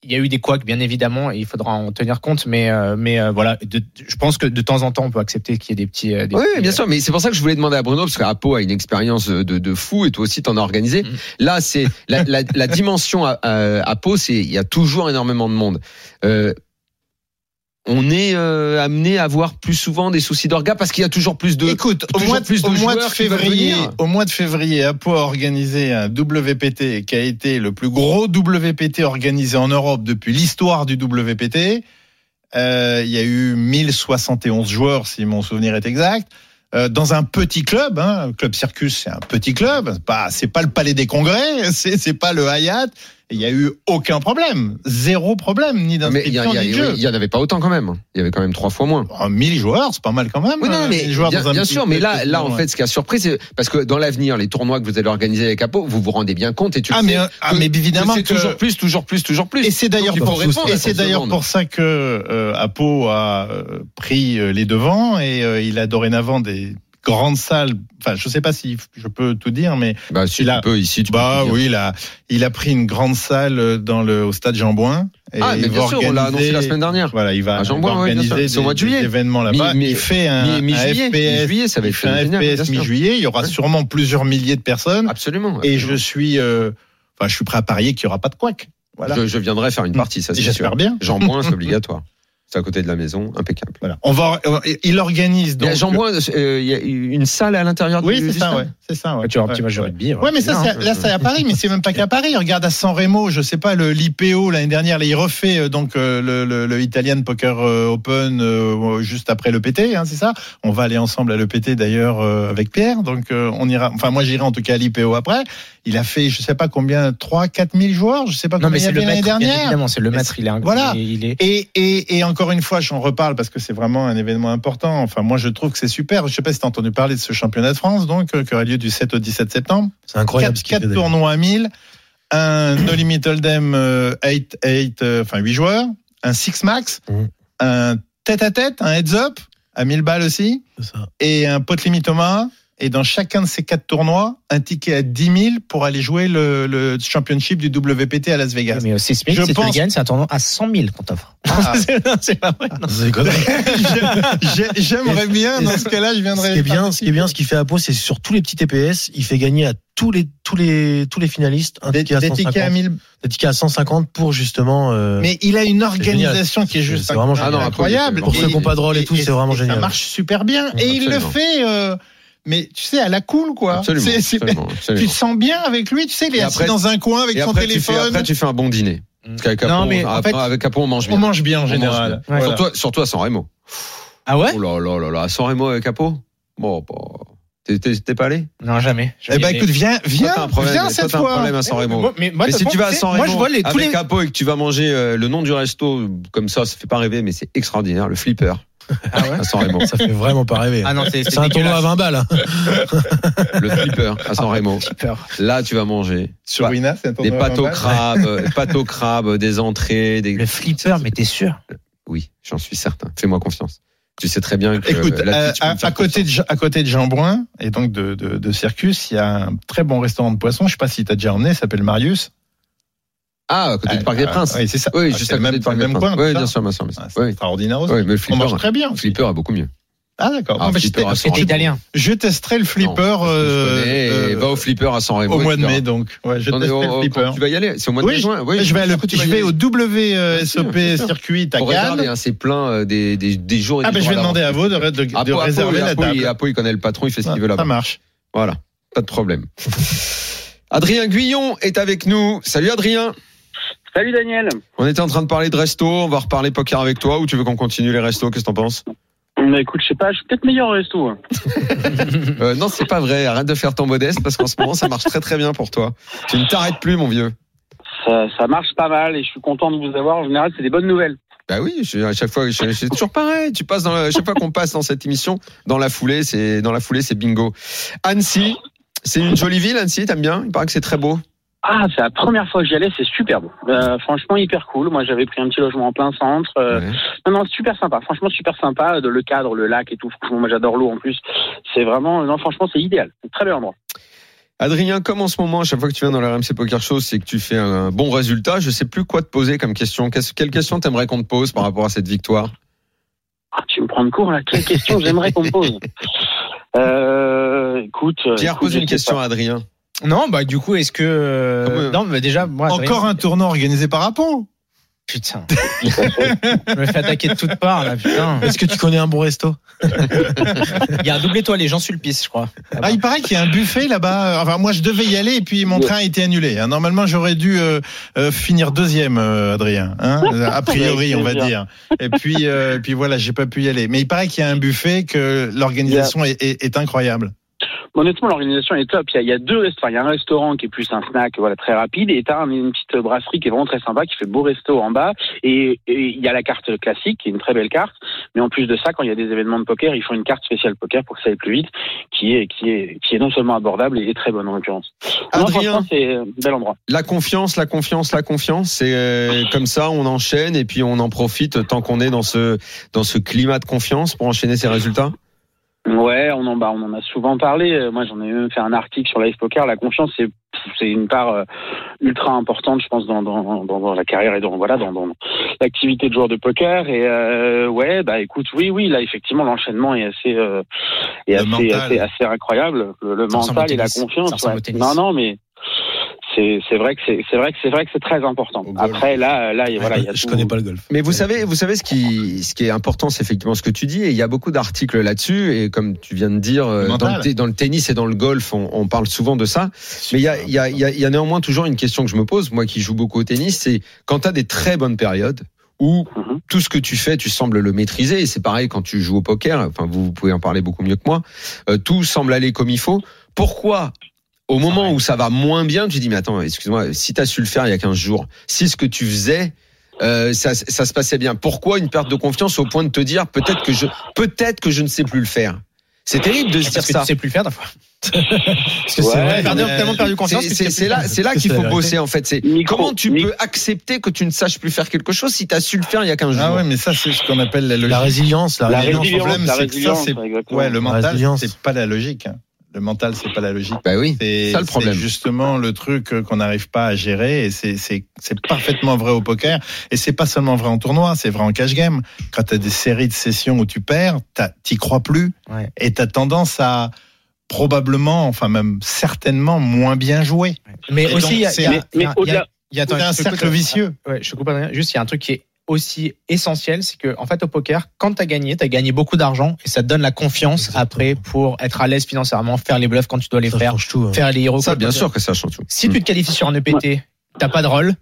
il y a eu des couacs bien évidemment et il faudra en tenir compte mais euh, mais euh, voilà de- je pense que de temps en temps on peut accepter qu'il y ait des petits euh, des
Oui,
petits,
bien
euh,
sûr, mais c'est pour ça que je voulais demander à Bruno, parce qu'Apo a une expérience de, de fou et toi aussi t'en as organisé.
Mhm.
Là, c'est la, la- la dimension à- à- Apo, c'est il y a toujours énormément de monde. Euh, on est euh, amené à avoir plus souvent des soucis d'orga parce qu'il y a toujours plus de.
Écoute, au
Euh, toujours
mois, de-
plus de
au mois de
joueurs qui veulent
février,
venir.
au mois de février, Apo a organisé un WPT qui a été le plus gros WPT organisé en Europe depuis l'histoire du WPT. Euh, il y a eu 1071 joueurs, si mon souvenir est exact. Euh, dans un petit club, hein, Club Circus, c'est un petit club. C'est Pas, c'est pas le Palais des Congrès, c'est c'est pas le Hayat. Il y a eu aucun problème, zéro problème, ni
Ah, Mais il y, a-
d'inscription
il y a-
ni de
oui,
jeu.
il y en avait pas autant quand même. hein. Il y avait quand même trois fois moins.
Oh, 1000 joueurs, c'est pas mal quand même.
Oui, non,
euh,
mais
1000 joueurs
bien,
dans un
bien
petit
sûr, mais là,
club,
là,
ouais.
en fait, ce qui a surpris, c'est parce que dans l'avenir, les tournois que vous allez organiser avec Apo, vous vous rendez bien compte et tu
ah,
le
mais,
sais
ah,
que-
mais
que
évidemment
c'est
que-
toujours plus, toujours plus, toujours plus.
Et c'est d'ailleurs
Donc, il
pour,
faut répondre
et
à
c'est
cette
d'ailleurs
demande.
pour ça que euh, Apo a euh, pris euh, les devants et euh, il a dorénavant des grandes salles. Enfin, je sais pas si je peux tout dire, mais
Bah, si
Il
tu
a-
peux, ici, tu peux
bah
dire.
oui, il a il a pris une grande salle euh, dans le au stade Jean Bouin. Et
Ah, mais
il
bien
va
sûr, on l'a annoncé
organiser-
la semaine dernière.
Voilà, il va,
À Jean
il va
Bouin, ouais, bien sûr.
organiser
C'est au
des,
mois de juillet.
des événements là-bas.
Mi- mi-
il fait un,
Mi- mi-juillet,
un FPS,
mi-juillet, ça va
il
être
fait un
génial, bien
FPS
sûr.
mi-juillet. Il y aura
Ouais.
sûrement plusieurs milliers de personnes.
Absolument.
Et je
absolument.
suis, euh, enfin, je suis prêt à parier qu'il y aura pas de couac. Voilà.
je, je viendrai faire une partie, ça
Et
c'est sûr.
J'espère bien.
Jean Boin, c'est obligatoire. C'est à côté de la maison, impeccable.
Voilà. On va, euh, il
il
organise
y
donc. euh,
a Jean Boin, euh, il y a une salle à l'intérieur
Oui,
du
c'est
du
ça,
stade.
ouais. C'est ça, ouais.
tu auras un petit
Ouais.
match de rugby,
Ouais, mais ça,
voilà.
c'est- là, c'est à Paris, mais c'est même pas qu'à Paris. Regarde à San Remo, je sais pas, le l'IPO l'année dernière, là, il refait euh, donc euh, le, le, le Italian Poker euh, Open euh, juste après le PT, hein, c'est ça. On va aller ensemble à l'EPT d'ailleurs euh, avec Pierre, donc euh, on ira. Enfin, moi j'irai en tout cas à l'IPO après. Il a fait, je sais pas combien, 3 4 000 joueurs, je sais pas
non
combien
mais
il y
c'est
avait
le
l'année
maître bien
dernière.
évidemment c'est le
Mais
maître il est un-
voilà.
il est- il est
Et, et, et encore une fois, j'en reparle parce que c'est vraiment un événement important. Enfin, moi, je trouve que c'est super. Je sais pas si tu as entendu parler de ce championnat de France, donc, euh, qui aura lieu du 7 au 17 septembre.
C'est incroyable
Quatre
ce qu'il fait.
quatre
d'ailleurs.
tournois à 1000, un euh, No Limit Hold'em 8, 8, euh, enfin 8 joueurs, un Six Max,
Mhm.
un tête-à-tête, un Heads Up à 1000 balles aussi,
C'est ça.
et un pot limite aux mains. Et dans chacun de ces quatre tournois, un ticket à 10 000 pour aller jouer le, le championship du WPT à Las Vegas.
mais euh, c'est Smith
Je
si tu le
pense-
gagnes c'est un tournoi à 100 000 qu'on t'offre
Ah.
Non, c'est pas vrai
C'est des conneries.
J'ai- J'aimerais bien, dans ce cas-là, je
Ce
viendrais.
qui est bien, ce qui est bien, ce qu'il fait à Pau, c'est sur tous les petits TPS, il fait gagner à tous les tous les tous les finalistes un
Des,
ticket à
des tickets à
150.
1000.
Des tickets à 150 pour justement. euh,
Mais il a une
génial.
organisation qui est juste
C'est vraiment
incroyable.
génial.
Ah incroyable.
Pour
ceux qui ont pas de rôle et tout, c'est vraiment génial.
Ça marche super bien.
Mm,
Et il le
absolument.
fait, euh, mais tu sais, à la cool, quoi.
Absolument,
C'est- c'est-
absolument,
Tu
absolument.
te sens bien avec lui, tu sais, il est
Et
assis
après-
dans un coin avec
Et
son
après tu, fais,
téléphone. Mm.
après, tu fais un bon dîner. Parce qu'avec
Non,
Apo,
mais en
après,
fait,
avec Apo, on mange bien.
on mange bien en
On mange
général.
bien.
Voilà.
Surtout, surtout à San Remo.
ah ouais
Oh là là là là, à San Remo avec Apo Bon, bah, t'es- t'es t'es pas allé
non jamais
Eh ben écoute, viens,
Toi, t'as
viens,
un problème,
viens
toi,
cette
t'as un
fois.
problème à San Remo.
Moi- Eh, mais moi,
mais
de
si
toute
tu
façon,
vas à
tu sais,
San
moi je
Remo
vois les, tous
avec
les
Apo et que tu vas manger euh, le nom du resto comme ça, ça fait pas rêver, mais c'est extraordinaire, le flipper
Ah ouais
à San Remo.
Ça fait vraiment pas rêver.
ah non c'est
C'est un tournoi à 20 balles. hein.
le flipper à San Remo. Là, tu vas manger.
Sur
Pas-
Wina, c'est un
des
tournoi
pâtes au
normal.
crabe, euh, pâtes au crabe, des entrées, des...
le flipper mais t'es sûr
Oui, j'en suis certain. Fais-moi confiance. Tu sais très bien que
Écoute,
euh, là, tu- tu peux
à,
me
à-
faire
à côté de, à côté de Jean Bouin et donc de, de, de Circus, il y a un très bon restaurant de poissons. Je sais pas si tu as déjà emmené, ça s'appelle Marius.
confiance. Ah, à côté du Parc des
Ah,
Princes.
Oui, c'est ça.
Oui,
Ah,
juste
c'est
à côté
même,
du Parc
dans
des
le même
Princes.
coin.
Oui,
ça.
bien sûr, bien sûr. bien sûr.
Ah, c'est
Oui,
extraordinaire aussi.
Oui, mais le
On
flipper,
mange très bien.
le flipper est beaucoup mieux.
Ah d'accord.
Ah,
Bon, bah,
flipper
j'étais-
à cent
C'était
euros.
Oh, italien.
je testerai le flipper
Non,
euh,
je connais, et
euh,
va au flipper à San Remo.
au mois de
etc.
mai donc. Ouais, je
Attendez,
testerai
oh,
le
oh,
flipper.
Tu vas y aller, c'est au mois de
Oui,
juin. Oui,
je vais, à le-
sûr que tu
Bah,
je
vas y
vais
aller.
au WSOP circuit à
Faut
Cannes.
Ah,
réserver, hein, c'est plein euh, des, des, des jours. et
Ah
des
ben je
jours
vais
à l'avance.
demander à Vaud de, de- de
Apo- Apo,
réserver la
Apo, il-
table.
Apo, il connaît le patron, il fait ce qu'il veut
euh,
Ça
là-bas.
marche.
Voilà, pas de problème. Adrien Guyon est avec nous. Salut Adrien.
Salut Daniel.
On était en train de parler de resto, on va reparler poker avec toi ou tu veux qu'on continue les restos Qu'est-ce que t'en penses
Mais écoute, je sais pas, je suis peut-être meilleur au resto. hein.
Mm.
Euh, Non, c'est pas vrai. Arrête de faire ton modeste parce qu'en ce moment ça marche très très bien pour toi. Tu ne t'arrêtes plus, mon vieux.
Ça, ça marche pas mal et je suis content de vous avoir. En général, c'est des bonnes nouvelles.
Bah oui, je- à chaque fois, je- c'est toujours pareil. Tu passes dans la- à chaque fois qu'on passe dans cette émission, dans la foulée, c'est dans la foulée, c'est bingo. Annecy, c'est une jolie ville. Annecy, t'aimes bien Il paraît que c'est très beau.
Ah, c'est la première fois que j'y allais, c'est superbe. Euh, franchement, hyper cool. Moi, j'avais pris un petit logement en plein centre. euh,
Ouais.
Non, non, super sympa. Franchement, super sympa. euh, De, le cadre, le lac et tout. Franchement, moi, j'adore l'eau en plus. C'est vraiment, non, franchement, c'est idéal. C'est un Très bel endroit.
Adrien, comme en ce moment, à chaque fois que tu viens dans le RMC Poker Show, c'est que tu fais un bon résultat. Je sais plus quoi te poser comme question. Qu'est-ce- Quelle question t'aimerais qu'on te pose par rapport à cette victoire
Ah, tu me prends de court là. Quelle question j'aimerais qu'on me pose euh, Écoute. euh,
Pierre,
écoute,
pose
je
une
sais
question à Adrien.
Non, bah du coup, est-ce que euh,
Ah ouais.
non, mais déjà, moi, Adrien,
Encore un tournoi organisé par Apo.
putain, je me fais attaquer de toutes parts là, putain.
Est-ce que tu connais un bon resto
Il y a un double étoile et Jean Sulpice, je crois.
Ah, il paraît qu'il y a un buffet là-bas. Enfin, moi, je devais y aller et puis mon train a été annulé. hein. Normalement, j'aurais dû euh, euh, finir deuxième, euh, Adrien. hein, a priori, on va dire. Et puis, euh, et puis voilà, j'ai pas pu y aller. Mais il paraît qu'il y a un buffet que l'organisation est, est- est incroyable.
Honnêtement, l'organisation est top. Il y, a, il y a deux restaurants. Il y a un restaurant qui est plus un snack, voilà, très rapide, et t'as un- une petite brasserie qui est vraiment très sympa, qui fait beau resto en bas. Et et il y a la carte classique, qui est une très belle carte. Mais en plus de ça, quand il y a des événements de poker, ils font une carte spéciale poker pour que ça aille plus vite, qui est qui est qui est non seulement abordable et très bonne en l'occurrence. Non,
Adrien.
franchement, c'est un bel endroit.
La confiance, la confiance, la confiance. C'est euh, comme ça, on enchaîne et puis on en profite tant qu'on est dans ce dans ce climat de confiance pour enchaîner ses résultats.
Ouais, on en, bah, on en a souvent parlé. Euh, Moi, j'en ai même fait un article sur Live Poker. La confiance, c'est c'est une part euh, ultra importante, je pense, dans, dans, dans, dans la carrière et dans voilà, dans, dans l'activité de joueur de poker. Et euh, ouais, bah écoute, oui, oui, là, effectivement, l'enchaînement est assez, euh, est
Le
assez,
mental.
assez, assez incroyable. Le, le
Ça ressemble
mental
au
et la
tennis. Ça
confiance.
ressemble
ouais.
au tennis.
Non, non, mais c'est c'est vrai que c'est c'est vrai que c'est vrai que c'est très important.
Au golf.
Après, là, euh, là, et voilà, il y a
Je
tout-
connais pas le golf.
Mais vous savez, vous savez ce qui, ce qui est important, c'est effectivement ce que tu dis. Et il y a beaucoup d'articles là-dessus. Et comme tu viens de dire, euh,
Mental.
dans le, t- dans le tennis et dans le golf, on, on parle souvent de ça. Mais il y a, il y, a, il y, a, il y a néanmoins toujours une question que je me pose, moi qui joue beaucoup au tennis, c'est quand tu as des très bonnes périodes où
Mhm.
tout ce que tu fais, tu sembles le maîtriser. Et c'est pareil quand tu joues au poker. Enfin, vous, vous pouvez en parler beaucoup mieux que moi. Euh, tout semble aller comme il faut. Pourquoi au moment où ça va moins bien, tu dis mais attends, excuse-moi, si t'as su le faire il y a 15 jours, si ce que tu faisais euh, ça, ça se passait bien. Pourquoi une perte de confiance au point de te dire peut-être que je peut-être que je ne sais plus le faire. C'est terrible de se dire
Parce que tu
ça.
sais plus le faire parfois.
Parce que
Ouais,
c'est vrai.
perdu-
mais-
tellement perdu
C'est- C'est c'est là, c'est là
Qu'est-ce
qu'il
que
faut
c'est, la
bosser en fait. C'est
Micro,
comment tu
micro.
peux accepter que tu ne saches plus faire quelque chose si tu as su le faire il y a 15 jours.
Ah ouais, mais ça, c'est ce qu'on appelle la
La
logique.
résilience, la
La
résilience.
résilience,
résilience,
problème,
la
c'est que ça,
résilience,
c'est-
exactement.
Ouais, le mental,
résilience.
c'est pas la logique. hein. Le mental, c'est pas la logique.
Bah oui.
C'est
Ça, le problème.
c'est justement le truc euh, qu'on n'arrive pas à gérer et c'est- c'est c'est parfaitement vrai au poker et c'est pas seulement vrai en tournoi, c'est vrai en cash game. Quand t'as des séries de sessions où tu perds, t'as- t'y crois plus
Ouais.
et t'as tendance à probablement, enfin même certainement moins bien jouer.
Mais
Et donc,
aussi, il y a- il
c'est-
y a-
Mais,
il y a- il y
mais
a-
au-delà,
il y a attends,
C'est
je
un
te coupe,
cercle
euh,
vicieux.
Ouais, je te coupe Adrien. Juste, il y a un truc qui est aussi essentiel, c'est que en fait au poker, quand t'as gagné, t'as gagné beaucoup d'argent et ça te donne la confiance
Exactement.
après pour être à l'aise financièrement, faire les bluffs quand tu dois les
Ça
faire,
change tout. hein.
faire les héros.
Ça
quand
bien
tu dois-
sûr que ça change tout.
Si tu te qualifies sur un EPT, t'as pas de rôle,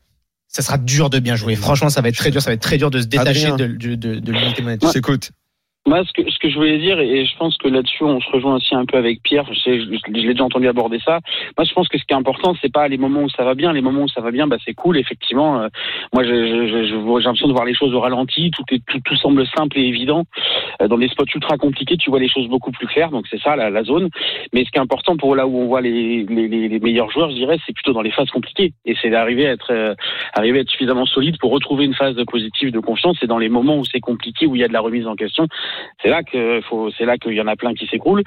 ça sera dur de bien jouer. Franchement, ça va être très dur. Ça va être très dur de se détacher
Mm. Adrien.
de, de, de, de l'unité monétaire.
Tu t'écoutes.
Moi, Bah, ce que, ce que je voulais dire, et je pense que là-dessus, on se rejoint aussi un peu avec Pierre, je, sais, je- je l'ai déjà entendu aborder ça. Moi, je pense que ce qui est important, c'est pas les moments où ça va bien. Les moments où ça va bien, bah, c'est cool, effectivement. Euh, moi, je- je- je- je vois- j'ai l'impression de voir les choses au ralenti, tout, est, tout, tout semble simple et évident. Euh, Dans des spots ultra compliqués, tu vois les choses beaucoup plus claires, donc c'est ça, la, la zone. Mais ce qui est important pour là où on voit les, les, les- les meilleurs joueurs, je dirais, c'est plutôt dans les phases compliquées. Et c'est d'arriver à être, euh, arriver à être suffisamment solide pour retrouver une phase de positive de confiance. C'est dans les moments où c'est compliqué, où il y a de la remise en question, c'est là que faut, c'est là qu'il y en a plein qui s'écroulent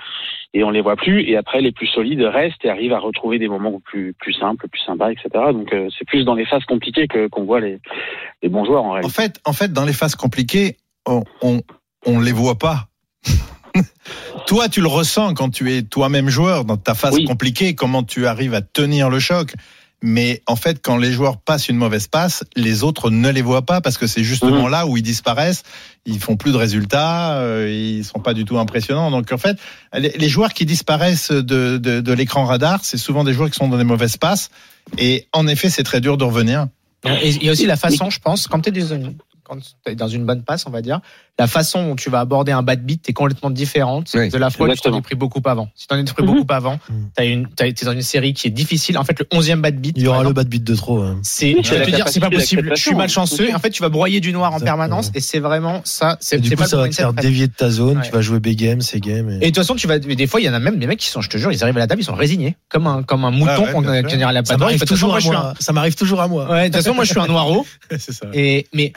et on les voit plus. Et après, les plus solides restent et arrivent à retrouver des moments plus plus simples, plus sympas, etc. Donc euh, c'est plus dans les phases compliquées que qu'on voit les les bons joueurs en
En
réalité.
fait, en fait, dans les phases compliquées, on on, on les voit pas. Toi, tu le ressens quand tu es toi-même joueur, dans ta phase
Oui.
compliquée, comment tu arrives à tenir le choc. Mais en fait, quand les joueurs passent une mauvaise passe, les autres ne les voient pas parce que c'est justement là où ils disparaissent. Ils font plus de résultats, euh, ils sont pas du tout impressionnants. Donc en fait, les les joueurs qui disparaissent de, de, de l'écran radar, c'est souvent des joueurs qui sont dans des mauvaises passes. Et en effet, c'est très dur de revenir.
Et il y a aussi la façon, je pense, quand tu es dans une bonne passe, on va dire, la façon dont tu vas aborder un bad beat est complètement différente
Oui,
de la fois où tu t'en
exactement.
es pris beaucoup avant. Si t'en es pris beaucoup avant,
Mhm.
t'as une- t'as- t'es dans une série qui est difficile. En fait, le 11e bad beat,
Il y aura
par
le
exemple,
bad beat de trop. hein.
c'est, tu
c'est
vas
la
te dire, c'est pas
capacité
possible, je
d'acceptation,
suis malchanceux.
hein.
Et en fait, tu vas broyer du noir en
Exactement.
permanence. Et c'est vraiment ça.
Et
C'est
du
c'est
coup,
pas
ça
le
va te
mindset
faire
préféré.
dévier de ta zone.
Ouais.
Tu vas jouer B-game, C-game.
Et de toute façon, tu vas, mais des fois, il y en a même des mecs qui sont, je te jure, ils arrivent à la table, ils sont résignés. Comme un, comme un mouton
Ah ouais,
qu'on
bien
a
sûr.
qu'on a la
Ça
patte.
m'arrive
De toute façon,
toujours,
moi, je suis un-
à moi. Ça m'arrive toujours à moi.
Ouais, de toute façon, moi, je suis un noiro.
c'est ça.
Et mais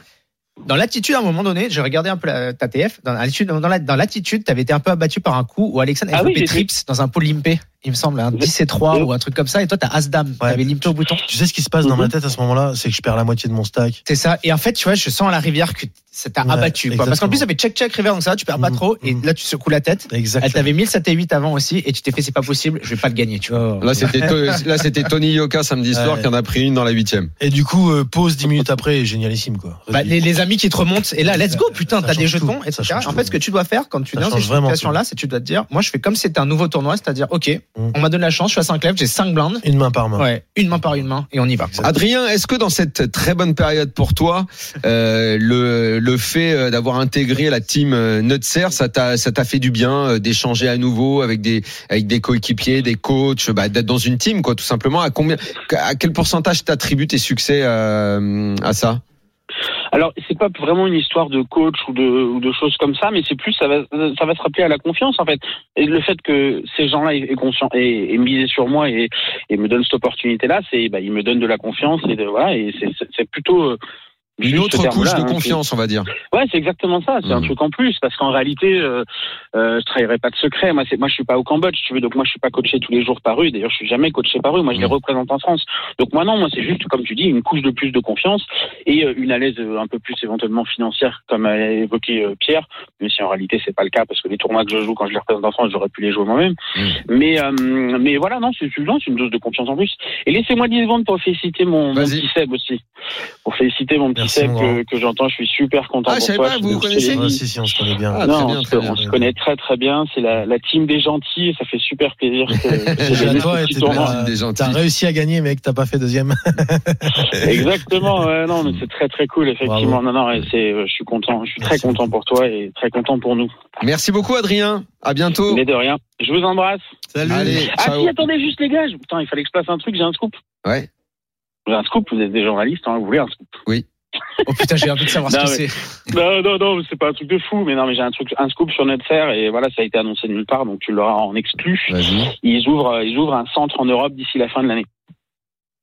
dans l'attitude, à un moment donné, j'ai regardé un peu la- ta TF. Dans l'attitude, dans la- dans l'attitude, t'avais été un peu abattu par un coup où Alexandre
Ah
avait
oui,
loupé
j'ai vu.
trips dans un pot limpé. Il me semble un 10 et 3
Oui.
ou un truc comme ça. Et toi, t'as as dame. T'avais limpé au bouton.
Tu sais ce qui se passe dans
Mhm.
ma tête à ce moment-là C'est que je perds la moitié de mon stack.
C'est ça. Et en fait, tu vois, je sens à la rivière que ça t'a
Ouais,
abattu. Quoi. Parce qu'en
exactement.
plus, ça fait check check river, donc ça, va, tu perds pas
Mm-hmm,
Mhm,
trop. Et
mhm.
là, tu secoues la tête. Elle
Exactement.
t'avait 1007 et 8 avant aussi, et tu t'es fait, c'est pas possible, je vais pas le gagner, tu vois.
Oh,
Là, c'était To- là, c'était Tony Yoka samedi soir
Ouais.
qui en a pris une dans la huitième.
Et du coup, euh, pause 10 minutes après, génialissime quoi.
Bah, les, les amis qui te remontent et là let's go putain
Ça
t'as des
change
jetons
tout.
etc.
Ça change
en fait
tout.
ce que tu dois faire quand tu
Ça
viens dans cette
change vraiment
situation là c'est tu dois te dire moi je fais comme si c'était un nouveau tournoi c'est à dire ok
Hum.
on m'a donné la chance je suis à 5 lèvres j'ai 5 blindes
Une main par main.
ouais une main par une main et on y va
Adrien, est-ce que dans cette très bonne période pour toi, euh, le, le fait euh, d'avoir intégré la team euh, Nutser, ça t'a ça t'a fait du bien euh, d'échanger à nouveau avec des avec des coéquipiers, des coachs, bah, d'être dans une team quoi, tout simplement. À combien, à quel pourcentage t'attribues tes succès euh, à ça
Alors, c'est pas vraiment une histoire de coach ou de, ou de choses comme ça, mais c'est plus ça va, ça va se rappeler à la confiance en fait, et le fait que ces gens-là aient conscient et, et misé sur moi et, et me donnent cette opportunité-là, c'est bah, ils me donnent de la confiance et de, voilà, et c'est- c'est- c'est plutôt euh, juste
Une
ce
autre couche
terme-là,
de
hein, c'est-
confiance, on va dire.
Ouais, c'est exactement ça. C'est un
Hmm.
Mm.
truc en plus parce qu'en réalité, euh, euh, je trahirais pas de secret. Moi, c'est moi, je suis pas au Cambodge, tu veux. Donc moi, je suis pas coaché tous les jours par eux. D'ailleurs, je suis jamais coaché par eux. Moi, je les
Hmm.
Mm.
représente en France. Donc moi, non, moi, c'est juste comme tu dis, une couche de plus de confiance et euh, une à l'aise euh, un peu plus éventuellement financière, comme a évoqué euh, Pierre. Même si en réalité, c'est pas le cas parce que les tournois que je joue quand je les représente en France, j'aurais pu les jouer moi-même.
Mm.
Hmm.
Mais euh, mais voilà, non, c'est non, c'est une dose de confiance en plus. Et laissez-moi 10 secondes pour féliciter mon, mon
Vas-y.
petit Seb aussi. Pour féliciter mon petit
Merci,
Seb
mon
que, que j'entends. Je suis super content
Ah, je
pour
savais
toi.
pas,
Je suis
vous
désolé.
connaissez
Ouais, si, si, on se connaît bien.
Ah,
non,
très bien,
on,
très
se,
bien.
on se connaît très très bien. C'est la, la team des gentils. Ça fait super plaisir. que- que j'ai
Déjà,
gagné
toi,
ce petit
t'es-
tournoi.
Des
t'as
gentils.
t'as réussi à gagner, mec. T'as pas fait deuxième.
Exactement. ouais, non, mais c'est très très cool. Effectivement. Non, non. et c'est, euh, je suis content. Je suis très
Merci
content pour toi et très content pour nous.
Merci beaucoup, Adrien. À bientôt.
Mais de rien. Je vous embrasse.
Salut.
Allez,
Ah
Oh. ciao.
si, attendez juste les gars. Je- Putain, il fallait que je passe un truc. J'ai un scoop.
Ouais.
J'ai un scoop. Vous êtes des journalistes. Hein, vous voulez un scoop
oh putain j'ai envie de savoir ce
Non,
que
mais-
c'est
Non, non, non. C'est pas un truc de fou. Mais non, mais j'ai un truc, un scoop sur notre serre et voilà, ça a été annoncé de nulle part. Donc tu l'auras en exclu.
Vas-y.
Ils ouvrent, euh, ils ouvrent un centre en Europe d'ici la fin de l'année.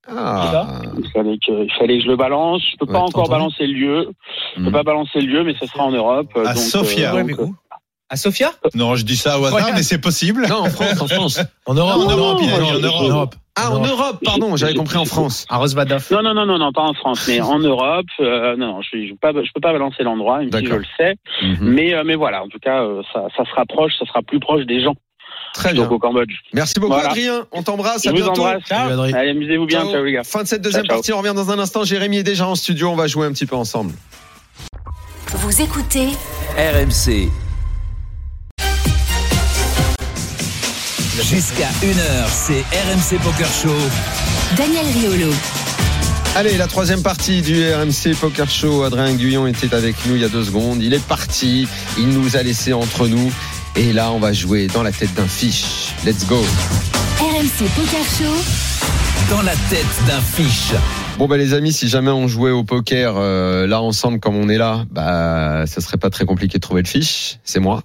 Ah.
Il fallait que, il fallait que je le balance. Je peux
Ouais,
pas encore
entendu.
balancer le lieu. Je peux
Mm.
pas balancer le lieu, mais ce sera en Europe. euh,
À
donc,
Sofia.
euh,
ouais
donc,
mais
euh,
où à Sofia
Non, je dis ça au hasard,
Ouais.
mais c'est possible.
Non, en France, en France.
En Europe,
Non,
en Europe,
non,
il a
moi,
dit, en
je-
Europe.
je-
en Europe.
Ah, en Europe, pardon, j'avais compris en France.
à Rosbadov
euh, Non, non, non, non, non, pas en France, mais en Europe. euh, non, non, je, suis- je peux pas, je peux pas balancer l'endroit, même si je
D'accord.
le sais.
Mhm.
Mais, euh, mais voilà, en tout cas, euh, ça, ça se rapproche, ça sera plus proche des gens.
Très bien.
Donc au Cambodge.
Merci beaucoup
Voilà.
Adrien, on t'embrasse,
Je
à
vous
bientôt.
embrasse.
Salut, Adrien.
Allez, amusez-vous bien,
Ciao.
ciao les gars.
Fin de cette deuxième
Ciao, ciao.
partie, on revient dans un instant. Jérémy est déjà en studio, on va jouer un petit peu ensemble.
Vous écoutez
RMC. Jusqu'à 1h, c'est RMC Poker Show.
Daniel Riolo.
Allez, la troisième partie du RMC Poker Show. Adrien Guyon était avec nous il y a deux secondes. Il est parti, il nous a laissé entre nous. Et là, on va jouer dans la tête d'un fiche. Let's go.
RMC Poker Show.
Dans la tête d'un fiche.
Bon bah les amis, si jamais on jouait au poker euh, là ensemble comme on est là, bah ça serait pas très compliqué de trouver le fiche. C'est moi.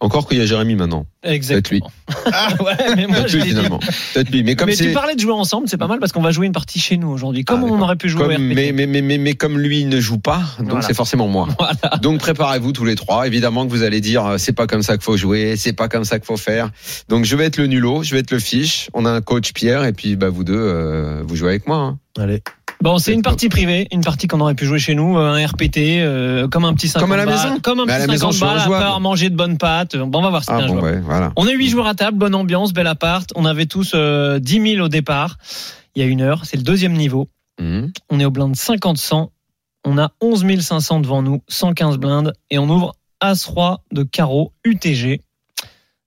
Encore qu'il y a Jérémy maintenant.
Exactement. Ah ouais, mais moi
Peut-être
je
lui
l'ai dit.
finalement. Peut-être lui. Mais comme
mais tu
c'est
parlais de jouer ensemble, c'est pas mal parce qu'on va jouer une partie chez nous aujourd'hui. Comme
Ah,
on
d'accord.
aurait pu jouer
comme,
au RPT.
mais, mais, mais, mais, mais comme lui il ne joue pas, donc
Voilà.
c'est forcément moi. Donc préparez-vous tous les trois. Évidemment que vous allez dire euh, c'est pas comme ça qu'il faut jouer, c'est pas comme ça qu'il faut faire. Donc je vais être le nulot, je vais être le fiche. On a un coach Pierre et puis bah vous deux euh, vous jouez avec moi. hein.
Allez. Bon, c'est une partie privée, une partie qu'on aurait pu jouer chez nous, un RPT, euh, comme un petit 50
Comme à la
balles,
maison
comme un
Mais à
petit
la maison,
50
c'est
balles, à
injouable.
part manger de bonnes pâtes. Bon, on va voir si c'est
Ah
un
bon,
joueur.
ouais, voilà.
On est huit joueurs à table, bonne ambiance, bel appart. On avait tous euh, 10 000 au départ. Il y a une heure, c'est le deuxième niveau.
Mhm.
On est au blind 50-100. On a 11 500 devant nous, 115 blindes. Et on ouvre As-Roi de carreau UTG.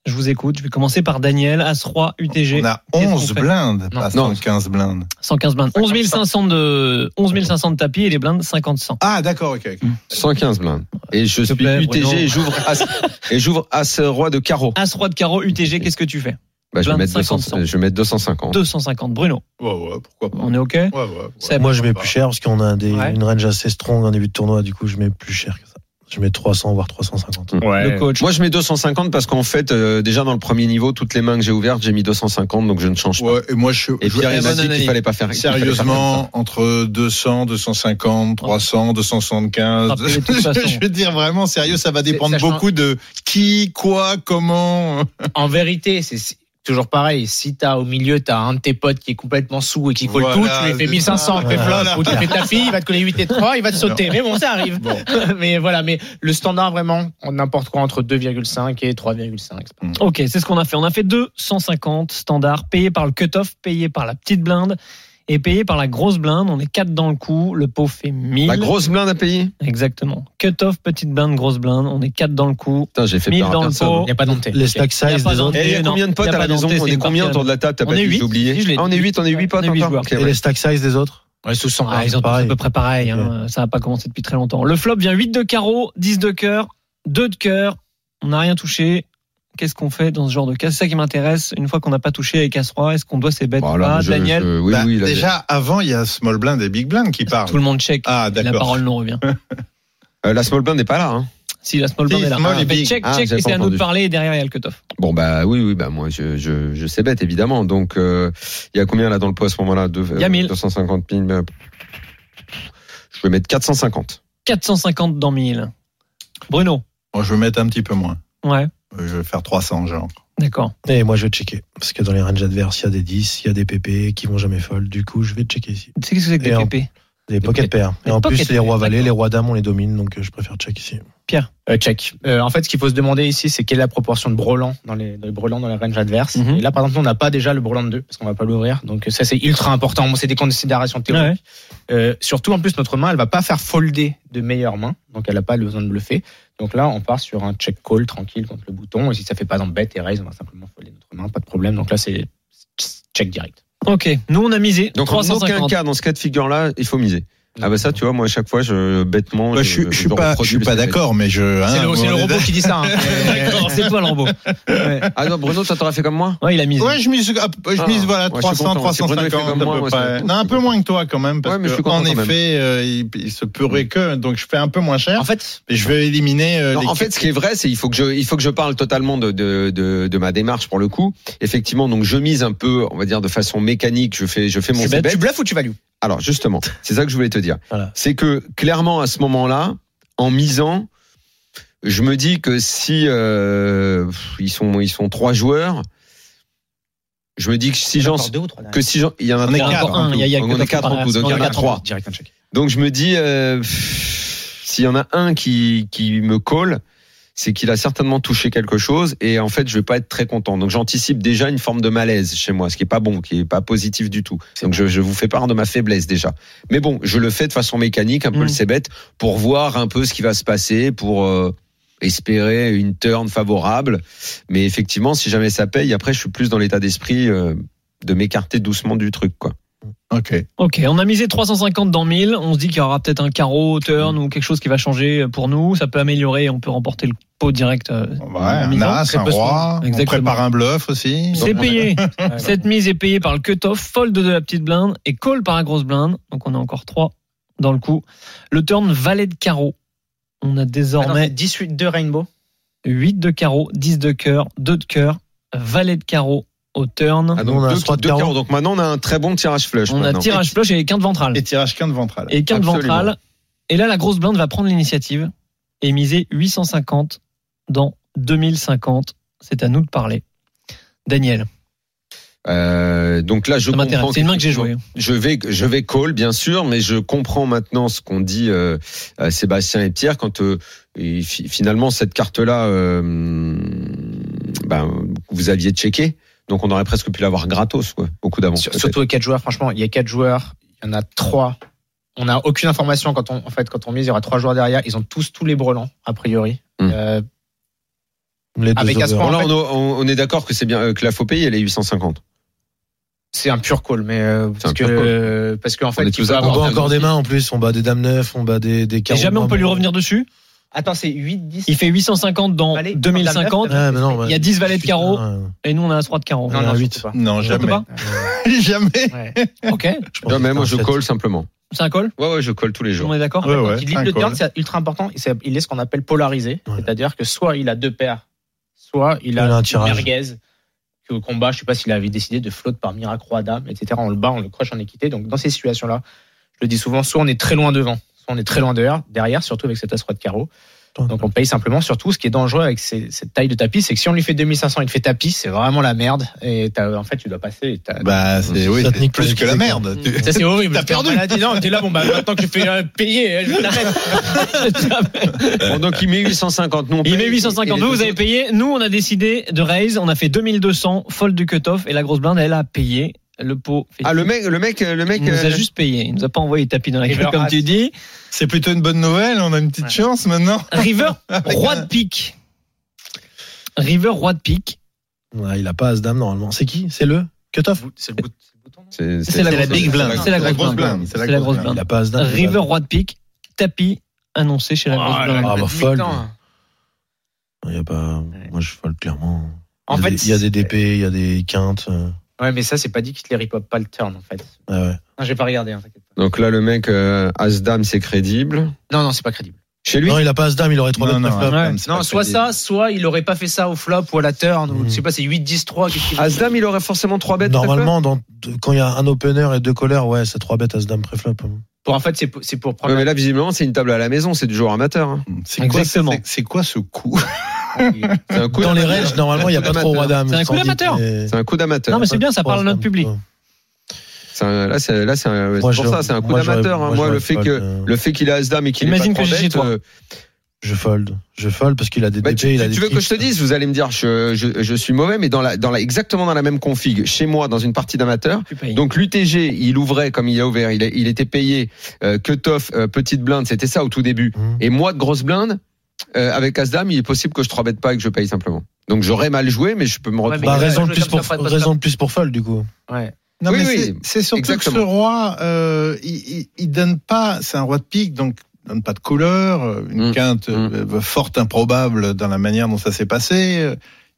Je vous écoute, je vais commencer par Daniel. As-Roi UTG.
On a
Qu'est-ce qu'on
11
fait
blindes,
Non.
pas
Non.
115 blindes.
115 blindes. 11 500 de, 11 500 de tapis et les blindes 50-100.
Ah, d'accord, ok. ok.
115 blindes. Et je suis
plaît, Bruno.
UTG et j'ouvre As, et j'ouvre As roi de carreau.
As-Roi de carreau UTG, qu'est-ce que tu fais
Bah, je vais
Blinde
mettre
50,
200, je vais mettre 250.
250. Bruno,
Ouais, ouais, pourquoi pas.
on est OK
Ouais, ouais, ouais.
C'est
Moi, je mets plus cher parce qu'on a des,
Ouais.
une range assez strong en début de tournoi. Du coup, je mets plus cher que ça. Je mets 300 voire 350.
le coach.
Moi, je mets 250 parce qu'en fait, euh, déjà dans le premier niveau, toutes les mains que j'ai ouvertes, j'ai mis 250, donc je ne change pas.
Ouais, et moi, je,
Et
je-
Pierre il m'a
Très bonne
dit qu'il
analyse.
fallait pas faire qu'il fallait pas faire
Sérieusement, entre 200, 250, 300, 275.
Ah, mais de toute façon.
je veux dire vraiment sérieux, ça va dépendre
ça change.
beaucoup de qui, quoi, comment.
En vérité, c'est c'est toujours pareil. Si t'as au milieu, t'as un de tes potes qui est complètement sous et qui colle
Voilà,
tout, tu lui fais
c'est
1500,
ça.
tu fais flop,
Voilà.
ou tu fais ta fille, il va te coller 8 et 3, il va te sauter. Mais bon, ça arrive. mais voilà, mais le standard vraiment, on n'importe quoi entre 2,5 et 3,5.
Ok, c'est ce qu'on a fait. On a fait 250 standards, payés par le cut-off, payés par la petite blinde et payés par la grosse blinde. On est 4 dans le coup. Le pot fait 1000.
ça. La grosse blinde à payer
Exactement. Cut-off, petite blinde, grosse blinde. On est 4 dans le coup.
Putain, j'ai fait
1000
peur à
dans le
personne.
pot.
Il n'y a pas d'entrée.
Les stack
Il y a
size
pas
des autres.
d'entrée.
Eh, il y a
Non,
combien de
il y
potes
a
à
pas
la maison
d'entrée,
On
c'est
est
une
combien
partie à
autour de la table T'as
On
pas
est
dit,
huit.
j'ai oublié.
Si, je l'ai
Ah, on est
dit.
8, on est 8
On
potes
est huit
encore.
joueurs.
Ok,
On est
Et
ouais.
les stack size des autres
Ouais, sous 100.
Ah, ils ont tous à
pareil.
peu près pareil. hein.
Ok.
Ça n'a pas commencé depuis très longtemps. Le flop vient 8 de carreau, 10 de cœur, 2 de cœur. On n'a rien touché. Qu'est-ce qu'on fait dans ce genre de cas C'est ça qui m'intéresse. Une fois qu'on n'a pas touché avec As-Roi, est-ce qu'on doit ses bêtes ou
Voilà,
pas
je-
Ah, Daniel,
je- oui,
Bah,
oui, là,
déjà, avant, il y a Small Blind et Big Blind qui parlent.
tout le monde check.
Ah,
la
d'accord.
parole nous revient.
euh, la small blind n'est pas là. hein.
Si la small
Si,
blind est là.
small
Ah,
et
mais
big.
check,
Ah,
check,
j'avais
et
pas
c'est à nous
entendu.
de parler et derrière il y a le cut-off.
Bon bah oui oui bah moi je je je sais bête évidemment. Donc euh, il y a combien là dans le pot à ce moment-là Deux-
Il y a
euh,
1000.
250 000. mais, euh, Je vais mettre 450.
450 dans 1000. Bruno.
Moi, je vais mettre un petit peu moins.
Ouais,
Euh, Je vais faire 300, genre.
d'accord.
Et moi, je vais checker. Parce que dans les ranges adverses, il y a des 10, il y a des PP qui vont jamais fold. Du coup, je vais checker ici.
Tu sais qu'est-ce que c'est que
Et
des
en-
PP
Des pocket pairs. Et
Des
en
pocket
plus, les rois
pairs,
valets,
d'accord.
les rois dames, on les domine. Donc, euh, je préfère check ici.
Euh, check. Euh, en fait, ce qu'il faut se demander ici, c'est quelle est la proportion de brelans dans les, dans les brelans dans la range adverse.
Mhm.
Et là, par exemple, on n'a pas déjà le brelan de 2 parce qu'on va pas l'ouvrir. Donc euh, ça, c'est ultra important. Bon, c'est des considérations théoriques.
Ouais.
Euh, surtout, en plus, notre main, elle va pas faire folder de meilleures mains. Donc elle n'a pas besoin de bluffer. Donc là, on part sur un check call tranquille contre le bouton. Et si ça fait pas dans bête et raise, on va simplement folder notre main. Pas de problème. Donc là, c'est check direct.
Ok, nous on a misé
Donc en
350.
aucun cas dans ce cas de figure là, il faut miser. Ah bah ça tu vois moi à chaque fois je bêtement
Bah,
Euh,
je, je suis pas, je
reproduis
suis pas
les effets.
d'accord, mais je. hein,
c'est le,
vous
c'est le
en êtes-
robot qui dit ça. hein.
D'accord, c'est toi le robot. Ouais.
Ah non Bruno toi t'aurais fait comme moi
Ouais, il a misé.
Ouais, je mise, ah, je
Ah,
mise voilà,
ouais, je suis
300,
content. Si Bruno, il fait
350
comme
à
moi,
peu
moi,
près.
c'est-
Non, un peu moins que toi quand même, parce
Ouais, mais je suis
que,
content
en
quand même.
effet, euh, il, il se pourrait que, donc je fais un peu moins cher,
en fait,
et je vais éliminer euh,
Non,
les
en fait, ce qui est vrai, c'est il faut que je, il faut que je parle totalement de, de, de, de ma démarche pour le coup. Effectivement, donc je mise un peu, on va dire de façon mécanique, je fais, je fais mon
tu,
c'est
bluffes-
bête.
tu bluffes ou tu values
Alors justement, c'est ça que je voulais te dire.
Voilà.
C'est que clairement à ce moment-là, en misant, je me dis que si euh, pff, ils sont, ils sont trois joueurs, je me dis que si j'en,
Encore deux ou trois
que si j'en, il y en a
On est
trois.
quatre,
en
hein,
tout.
il y a- il y a
Donc,
que
on est
quatre
quatre en
par-
tout, donc
on
il y en
est
a
quatre en
trois.
Direct un check.
Donc je me dis, euh, pff, s'il y en a un qui, qui me colle, c'est qu'il a certainement touché quelque chose et en fait je vais pas être très content. Donc j'anticipe déjà une forme de malaise chez moi, ce qui est pas bon, qui est pas positif du tout. Donc je, je vous fais part de ma faiblesse déjà. Mais bon, je le fais de façon mécanique, un peu
Mm.
le c'est bête, pour voir un peu ce qui va se passer, pour euh, espérer une turn favorable. Mais effectivement, si jamais ça paye, après je suis plus dans l'état d'esprit euh, de m'écarter doucement du truc quoi.
Ok.
Ok, on a misé 350 dans 1000. On se dit qu'il y aura peut-être un carreau,
Mm.
turn ou quelque chose qui va changer pour nous. Ça peut améliorer. On peut remporter le pot direct. euh,
bah Ouais,
à
un
mi-temps.
as,
Très
un
peu souvent.
roi, on
Exactement.
prépare un bluff aussi.
C'est payé. Cette mise est payée par le cut-off, fold de la petite blinde et call par la grosse blinde. Donc on a encore 3 dans le coup. Le turn valet de carreau. On a
Ah
désormais
18 de Rainbow.
Ah
8 de carreau, 10 de cœur, 2 de cœur, valet de carreau au turn.
Ah,
Nous,
donc,
on a
deux-
un trois de
deux
carreau.
carreaux. Donc maintenant, on a un très bon tirage flush.
On a
maintenant.
tirage flush et quinte ventrale.
Et tirage quinte ventrale.
et quinte
Absolument.
ventrale. Et là, la grosse blinde va prendre l'initiative et miser 850 dans 2050. C'est à nous de parler. Daniel, Euh, donc là, je
Ça m'intéresse.
comprends
C'est une main que j'ai jouée.
Je vais, je vais call, bien sûr, mais je comprends maintenant ce qu'on dit euh, euh, Sébastien et Pierre quand euh, et fi- finalement cette carte-là, euh, ben, vous aviez checké. Donc on aurait presque pu l'avoir gratos, quoi, beaucoup d'avance.
Sur-
peut-être.
Surtout les 4 joueurs, franchement, il y a 4 joueurs, il y en a 3. On n'a aucune information quand on, en fait, quand on mise, il y aura 3 joueurs derrière. Ils ont tous tous les brelans, a priori.
Mm.
Euh,
Les deux
Avec
overs.
Aspar-
Bon,
en
là,
fait-
on, on- on est d'accord que c'est bien euh, que la faux paye, elle est 850.
c'est un pur call, mais euh,
C'est un
parce, que,
pur call.
euh, parce qu'en fait,
est
il
tous
peut
d'accord.
On
avoir-
bat encore des mains en plus, on bat des dames neuf, on bat des, des
Et
carreaux.
jamais on peut lui revenir dessus.
Attends, c'est 8, 10.
Il fait 850 dans
Allez,
2050
dans la
Ouais, mais non,
Il y a 10 valets de carreau. et nous on a as roi de carreau.
Non, non, 8.
surtout
Non, jamais.
pas
jamais.
pas. Ouais.
Ok,
Non, mais moi, je colle simplement.
c'est un call.
Ouais, ouais, je colle tous les jours.
On est d'accord.
Ouais, Ah ouais,
Donc, il lead
un
le
call.
turn, c'est ultra important. et c'est- Il est ce qu'on appelle polarisé.
Ouais.
C'est-à-dire que soit il a deux paires, soit il a,
Il a un
une
tirage.
merguez. Au combat, je sais pas s'il avait décidé de flotte par miracle roi dame, etc. On le bat, on le croche en équité. Donc dans ces situations-là, je le dis souvent, soit on est très loin devant, soit on est très loin derrière, derrière surtout avec cet as roi de carreau. Donc on paye simplement. Surtout, ce qui est dangereux avec ces- cette taille de tapis, c'est que si on lui fait 2500, il te fait tapis, c'est vraiment la merde. Et t'as- en fait, tu dois passer. et t'as-
Bah, c'est oui,
Ça te
c'est
nique
plus
plus
que la
que-
merde. Tu-
ça c'est horrible.
T'as
Parce qu'on
perdu.
m'a dit, non, t'es là, bon bah maintenant que je fais euh, payer, hein, je t'arrête.
Bon, donc il met 850. Nous, on
Il
paye.
met 850.
Et- et
Vous,
les
vous avez
autres-
payé. Nous, on a décidé de raise. On a fait 2200, fold du cutoff. Et la grosse blinde, elle a payé le pot.
Ah, le mec, le mec, le mec.
Il nous a
euh,
juste payé. Il nous a pas envoyé tapis dans la
Et
gueule,
leur
comme
as.
tu dis.
C'est plutôt une bonne nouvelle, on a une petite chance maintenant.
River, roi de pique. River, roi de pique.
Ouais, il a pas As-Dame normalement. C'est qui C'est le Cutoff
C'est le bout- c'est le bouton.
C'est
C'est la
c'est
grosse
big
blinde.
blind.
C'est la grosse blinde.
blinde.
C'est la grosse
Il
blinde.
a pas As-Dame.
Ben, River, roi de pique. Tapis annoncé chez la grosse
Oh,
blinde.
Ah,
le
bah,
huit
fold.
ans.
Il y a pas. Moi, je fold clairement.
En
il y a
fait,
des- il y a des DP, il y a des quintes. euh,
Ouais, mais ça, c'est pas dit qu'il te les ripop pas le turn, en fait.
ouais, ouais.
Non, j'ai pas regardé, hein, t'inquiète pas.
Donc là, le mec, euh, As-Dame, c'est crédible.
Non, non, c'est pas crédible.
Chez lui,
Non, il a pas As-Dame, il aurait 3
Non,
bêtes
non,
9
ouais.
flops.
Non, soit ça, soit il aurait pas fait ça au flop ou à la turn, ou
Mm.
je sais pas, c'est 8, 10, 3. qu'est-ce
Ah,
qu'il-
As-Dame, il aurait forcément 3 bêtes.
Normalement, dans, de- quand il y a un opener et deux callers, ouais, c'est 3 bêtes As-Dame préflop.
Pour, en fait, c'est pour, c'est pour
Ouais,
prendre.
mais là, visiblement, c'est une table à la maison, c'est du joueur amateur. hein.
C'est quoi,
Exactement.
c'est- c'est quoi ce coup
C'est un coup
Dans les
d'amateur.
ranges, normalement, il n'y a pas
Amateur.
trop Roi-Dame.
C'est un coup d'amateur.
C'est un coup d'amateur.
Non, mais c'est bien, ça parle à notre public.
C'est un- Là, c'est là, c'est un- c'est
Moi,
pour
je-
ça, c'est un coup
moi, j'aurais-
d'amateur. hein.
moi,
Moi,
j'aurais
le fait
fold,
que
euh,
le fait qu'il a As-Dame et qu'il est pas
Imagine
trois
que j'ai
bêtes,
chez toi.
euh,
Je fold. Je fold parce qu'il a des
bah,
DP,
tu,
il a
tu
des
veux que je te
tricks.
dise Vous allez me dire, je, je- je suis mauvais, mais dans la, dans la, exactement dans la même config, chez moi, dans une partie d'amateur,
Tu payes.
Donc l'UTG, il ouvrait comme il a ouvert, il, a- il était payé euh, cut-off, euh, petite blinde, c'était ça au tout début.
Mhm.
Et moi, de grosse blinde, euh, avec As-Dame, il est possible que je 3 bête pas et que je paye simplement. Donc j'aurais mal joué, mais euh, je peux me
Ouais,
retrouver.
Bah,
Mais là,
raison
je
de
le
plus
tape
pour,
sur Fred
raison de plus pour fold, du coup.
Ouais.
Non,
Oui,
mais
oui,
c'est- c'est surtout
exactement.
que ce roi, euh, il, il, il donne pas, c'est un roi de pique, donc il donne pas de couleur, euh, une
Mm.
quinte euh, forte, improbable dans la manière dont ça s'est passé. euh,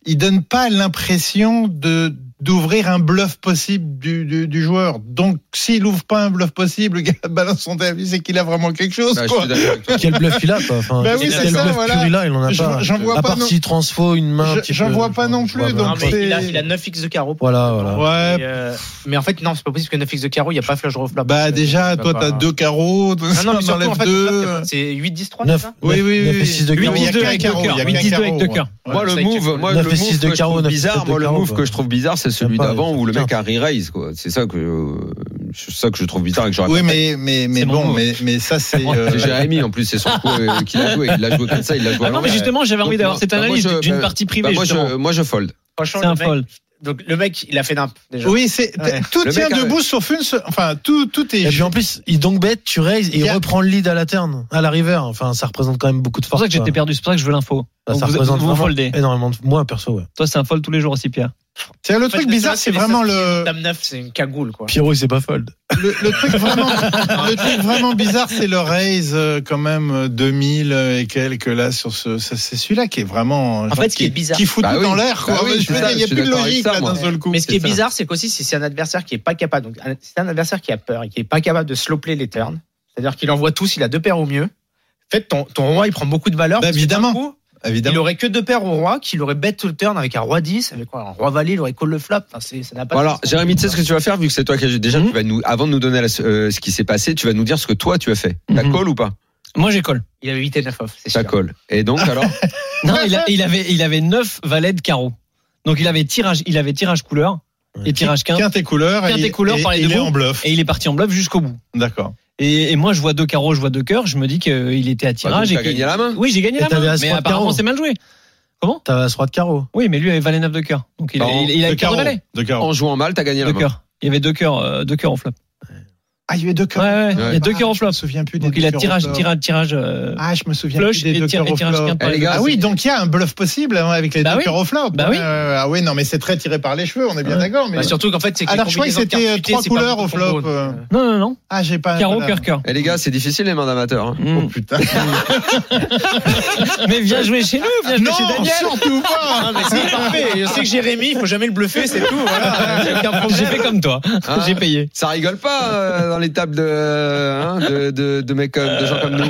Il donne pas l'impression de d'ouvrir un bluff possible du, du, du joueur. Donc, s'il ouvre pas un bluff possible, le gars balance son avis, c'est qu'il a vraiment quelque chose.
Bah, je
quoi.
suis d'accord avec toi.
Quel bluff il a, quoi. Enfin,
Bah
quel
oui, c'est
quel
ça,
bluff
voilà.
pur il a, il en a
J'en-
pas.
J'en vois
À
pas.
part
non.
s'il transfo une main. un
Je-
petit
j'en
peu,
vois pas
je-
non
je
plus,
vois pas.
donc
Non, mais
c'est-
il a, il a 9x de carreau.
Voilà, voilà.
Ouais.
Et, euh, mais en fait, non, c'est pas possible parce que 9x de carreau, il n'y a pas flush draw flop.
Bah, déjà,
Tu vas
toi,
euh, pas-
t'as deux carreaux, non,
Non, non, mais
t'en
surtout, en
enlèves
fait,
deux.
c'est 8, 10, 3, c'est
9,
ça
Oui, oui, oui.
9 et 6 de
Oui,
carreau.
mais il y a qu'un carreau. Il y a
Huit,
qu'un
dix, deux
carreau.
avec deux cœurs.
Ouais.
Moi, le
c'est
move, moi, le
Neuf et
move
six de
que je
carreau,
trouve
neuf et sept
bizarre,
de
moi, le
carreau,
move
quoi.
que je trouve bizarre, c'est celui
Même pas,
d'avant
ouais,
où le
putain.
mec a re-raise, quoi. C'est ça que, euh, c'est ça que je trouve bizarre et que j'aurais
Oui,
pas fait.
mais, mais, mais
C'est mon
bon,
mot.
mais, mais ça, c'est. euh,
C'est Jérémy, en plus, c'est son coup euh, qu'il a joué. Il l'a joué comme ça, il l'a joué
Ah
à
non, mais
l'envers.
justement, j'avais
Donc,
envie d'avoir
moi-
cette
bah, moi,
analyse
je-
d'une
bah,
partie
Bah,
privée.
moi,
justement.
je, moi, je fold.
Franchement,
C'est un
le mec-
fold.
Donc, le mec, il a fait nimp déjà.
oui, c'est.
Ouais.
Tout
Le
tient
mec a-
debout sauf une. se- Enfin, tout, tout est.
Et puis en plus, il donc bête, tu raises et
Il y
il
a-
reprend le lead à la turn, à la river. Enfin, ça représente quand même beaucoup de
C'est pour
force.
ça que j'étais
quoi.
perdu, c'est pour ça que je veux l'info.
Ça,
Donc,
ça
vous,
représente
vous
vraiment
foldez.
énormément de... Moi, perso, ouais.
Toi, c'est un fold tous les jours aussi, Pierre.
Tiens, le
fait,
truc
c'est
bizarre,
vrai,
c'est
c'est
vraiment
les
le.
Dame 9, c'est une cagoule, quoi.
Pierrot, il sait pas fold.
Le, le truc vraiment, le truc vraiment bizarre, c'est le raise euh, quand même euh, 2000 et quelques là sur ce. ça, C'est celui-là qui est vraiment.
En fait, ce qui est bizarre.
Qui fout
Bah
tout
oui.
dans l'air, quoi.
Bah oui,
Je
c'est
veux
ça,
dire, il n'y
je
a
suis
plus de
d'accord avec
logique
ça,
là
moi.
d'un seul coup.
Mais ce qui est
ça.
bizarre, c'est qu'aussi, si c'est un adversaire qui est pas capable, donc un- c'est un adversaire qui a peur et qui est pas capable de sloper les turns, c'est-à-dire qu'il envoie tous, il a deux paires au mieux. En fait, ton, ton roi, il prend beaucoup de valeur.
Bah,
parce que d'un
évidemment.
coup, il
Évidemment.
aurait que deux paires au roi, qu'il aurait bête tout le turn avec un roi 10, avec quoi, un roi valet, il aurait call le flop. Enfin, c'est- ça n'a pas
Bon,
de
alors,
sens.
Jérémy, tu sais ce que tu vas faire, vu que c'est toi qui as déjà,
Mhm.
tu vas nous, avant de nous donner la- euh, ce qui s'est passé, tu vas nous dire ce que toi tu as fait. T'as
Mhm.
call ou pas
Moi, j'ai call.
Il avait 8 et 9 off, c'est
T'as
sûr.
call. Et donc, alors
Non, il, a- il avait, il avait 9 valets de carreau. Donc, il avait tirage, il avait tirage couleur. Et tirage quinte.
Quinte et couleur.
Quinte
il-
et couleur, par les
il
deux
est
bouts.
en bluff.
Et il est parti en bluff jusqu'au bout.
D'accord.
Et, et moi, je vois deux carreaux, je vois deux cœurs. Je me dis qu'il était à tirage.
t'as
et qu'il-
gagné à la main.
Oui, j'ai gagné
Et
la
t'avais
main.
as
Mais
trois de
apparemment,
carreau.
c'est mal joué.
T'as as roi de carreau.
Oui, mais lui avait valet neuf de cœur. Donc il,
Pardon,
il, il a
de
le cœur de
carreau.
valet.
De carreau.
En jouant mal, t'as gagné la
Deux
main.
cœurs. Il y avait deux cœurs, euh, deux cœurs en flop.
Ah, il y avait deux
Ouais,
cœurs.
ouais, il y a
Ouais.
deux cœurs en flop.
Je me souviens plus des
Donc
deux
il a
cœurs au
tirage,
flop.
tirage, tirage. euh,
Ah, je me souviens
Flush
plus des
et
deux
tir-
cœurs
et
au
tirage
flop.
quinte par
Eh,
les
les
deux.
gars,
Ah oui, donc il y a un bluff possible hein, avec les
Bah
deux
oui.
cœurs au flop.
Bah oui.
Euh, ah oui, non, mais c'est très tiré par les cheveux, on est bien
Ouais.
d'accord. Mais...
Bah, surtout qu'en fait, c'est que
Alors,
les
je crois que
combinaisons de
c'était,
cartes
euh,
futées,
trois
c'est pas
couleurs
beaucoup
au
de combos,
flop,
donc, euh,
euh.
Non, non, non.
Ah, j'ai pas.
Carreau,
voilà.
cœur, cœur.
Eh, les gars, c'est difficile les mains d'amateurs. hein.
Mm.
Putain.
Mais viens jouer chez nous, viens jouer chez
non,
Daniel.
surtout pas.
C'est parfait. Je sais que Jérémy, il faut jamais le bluffer, c'est tout. Voilà.
J'ai aucun problème. J'ai fait comme toi.
Hein
J'ai payé.
Ça rigole pas euh, dans les tables de, hein, de, de, de mecs comme, de gens comme nous.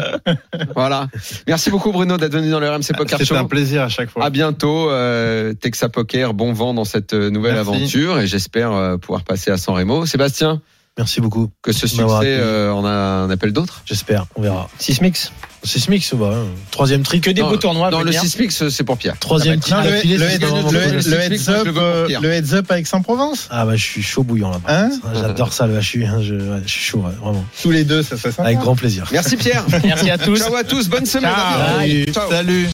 Voilà. Merci beaucoup Bruno d'être venu dans le RMC Poker
C'est
Show.
un plaisir à chaque fois.
À bientôt, euh, Texa Poker. Bon vent dans cette euh, nouvelle
Merci.
aventure et j'espère euh, pouvoir passer à San Remo. Sébastien,
Merci beaucoup.
que
Bah,
ce
De m'avoir
succès
accueilli.
euh, en, a- en appelle d'autres.
J'espère. On verra.
Sismix.
C'est Smix, ou pas, hein. Troisième tri.
Que des
Non,
beaux tournois. à
Non, le
venir.
Sismic, ce- c'est pour Pierre.
Troisième tri.
Non, le,
d'affilée,
le-
c'est
le-
vraiment
le-
cool.
le heads up, euh, le heads up à Aix-en-Provence.
Ah bah je suis chaud bouillant là.
Hein
J'adore ça le HU. hein. Je, ouais, je suis chaud ouais, vraiment.
Tous les deux, ça serait sympa.
Avec grand plaisir.
Merci Pierre.
Merci à tous.
Ciao à tous. Bonne semaine.
Ciao.
Ciao.
Salut.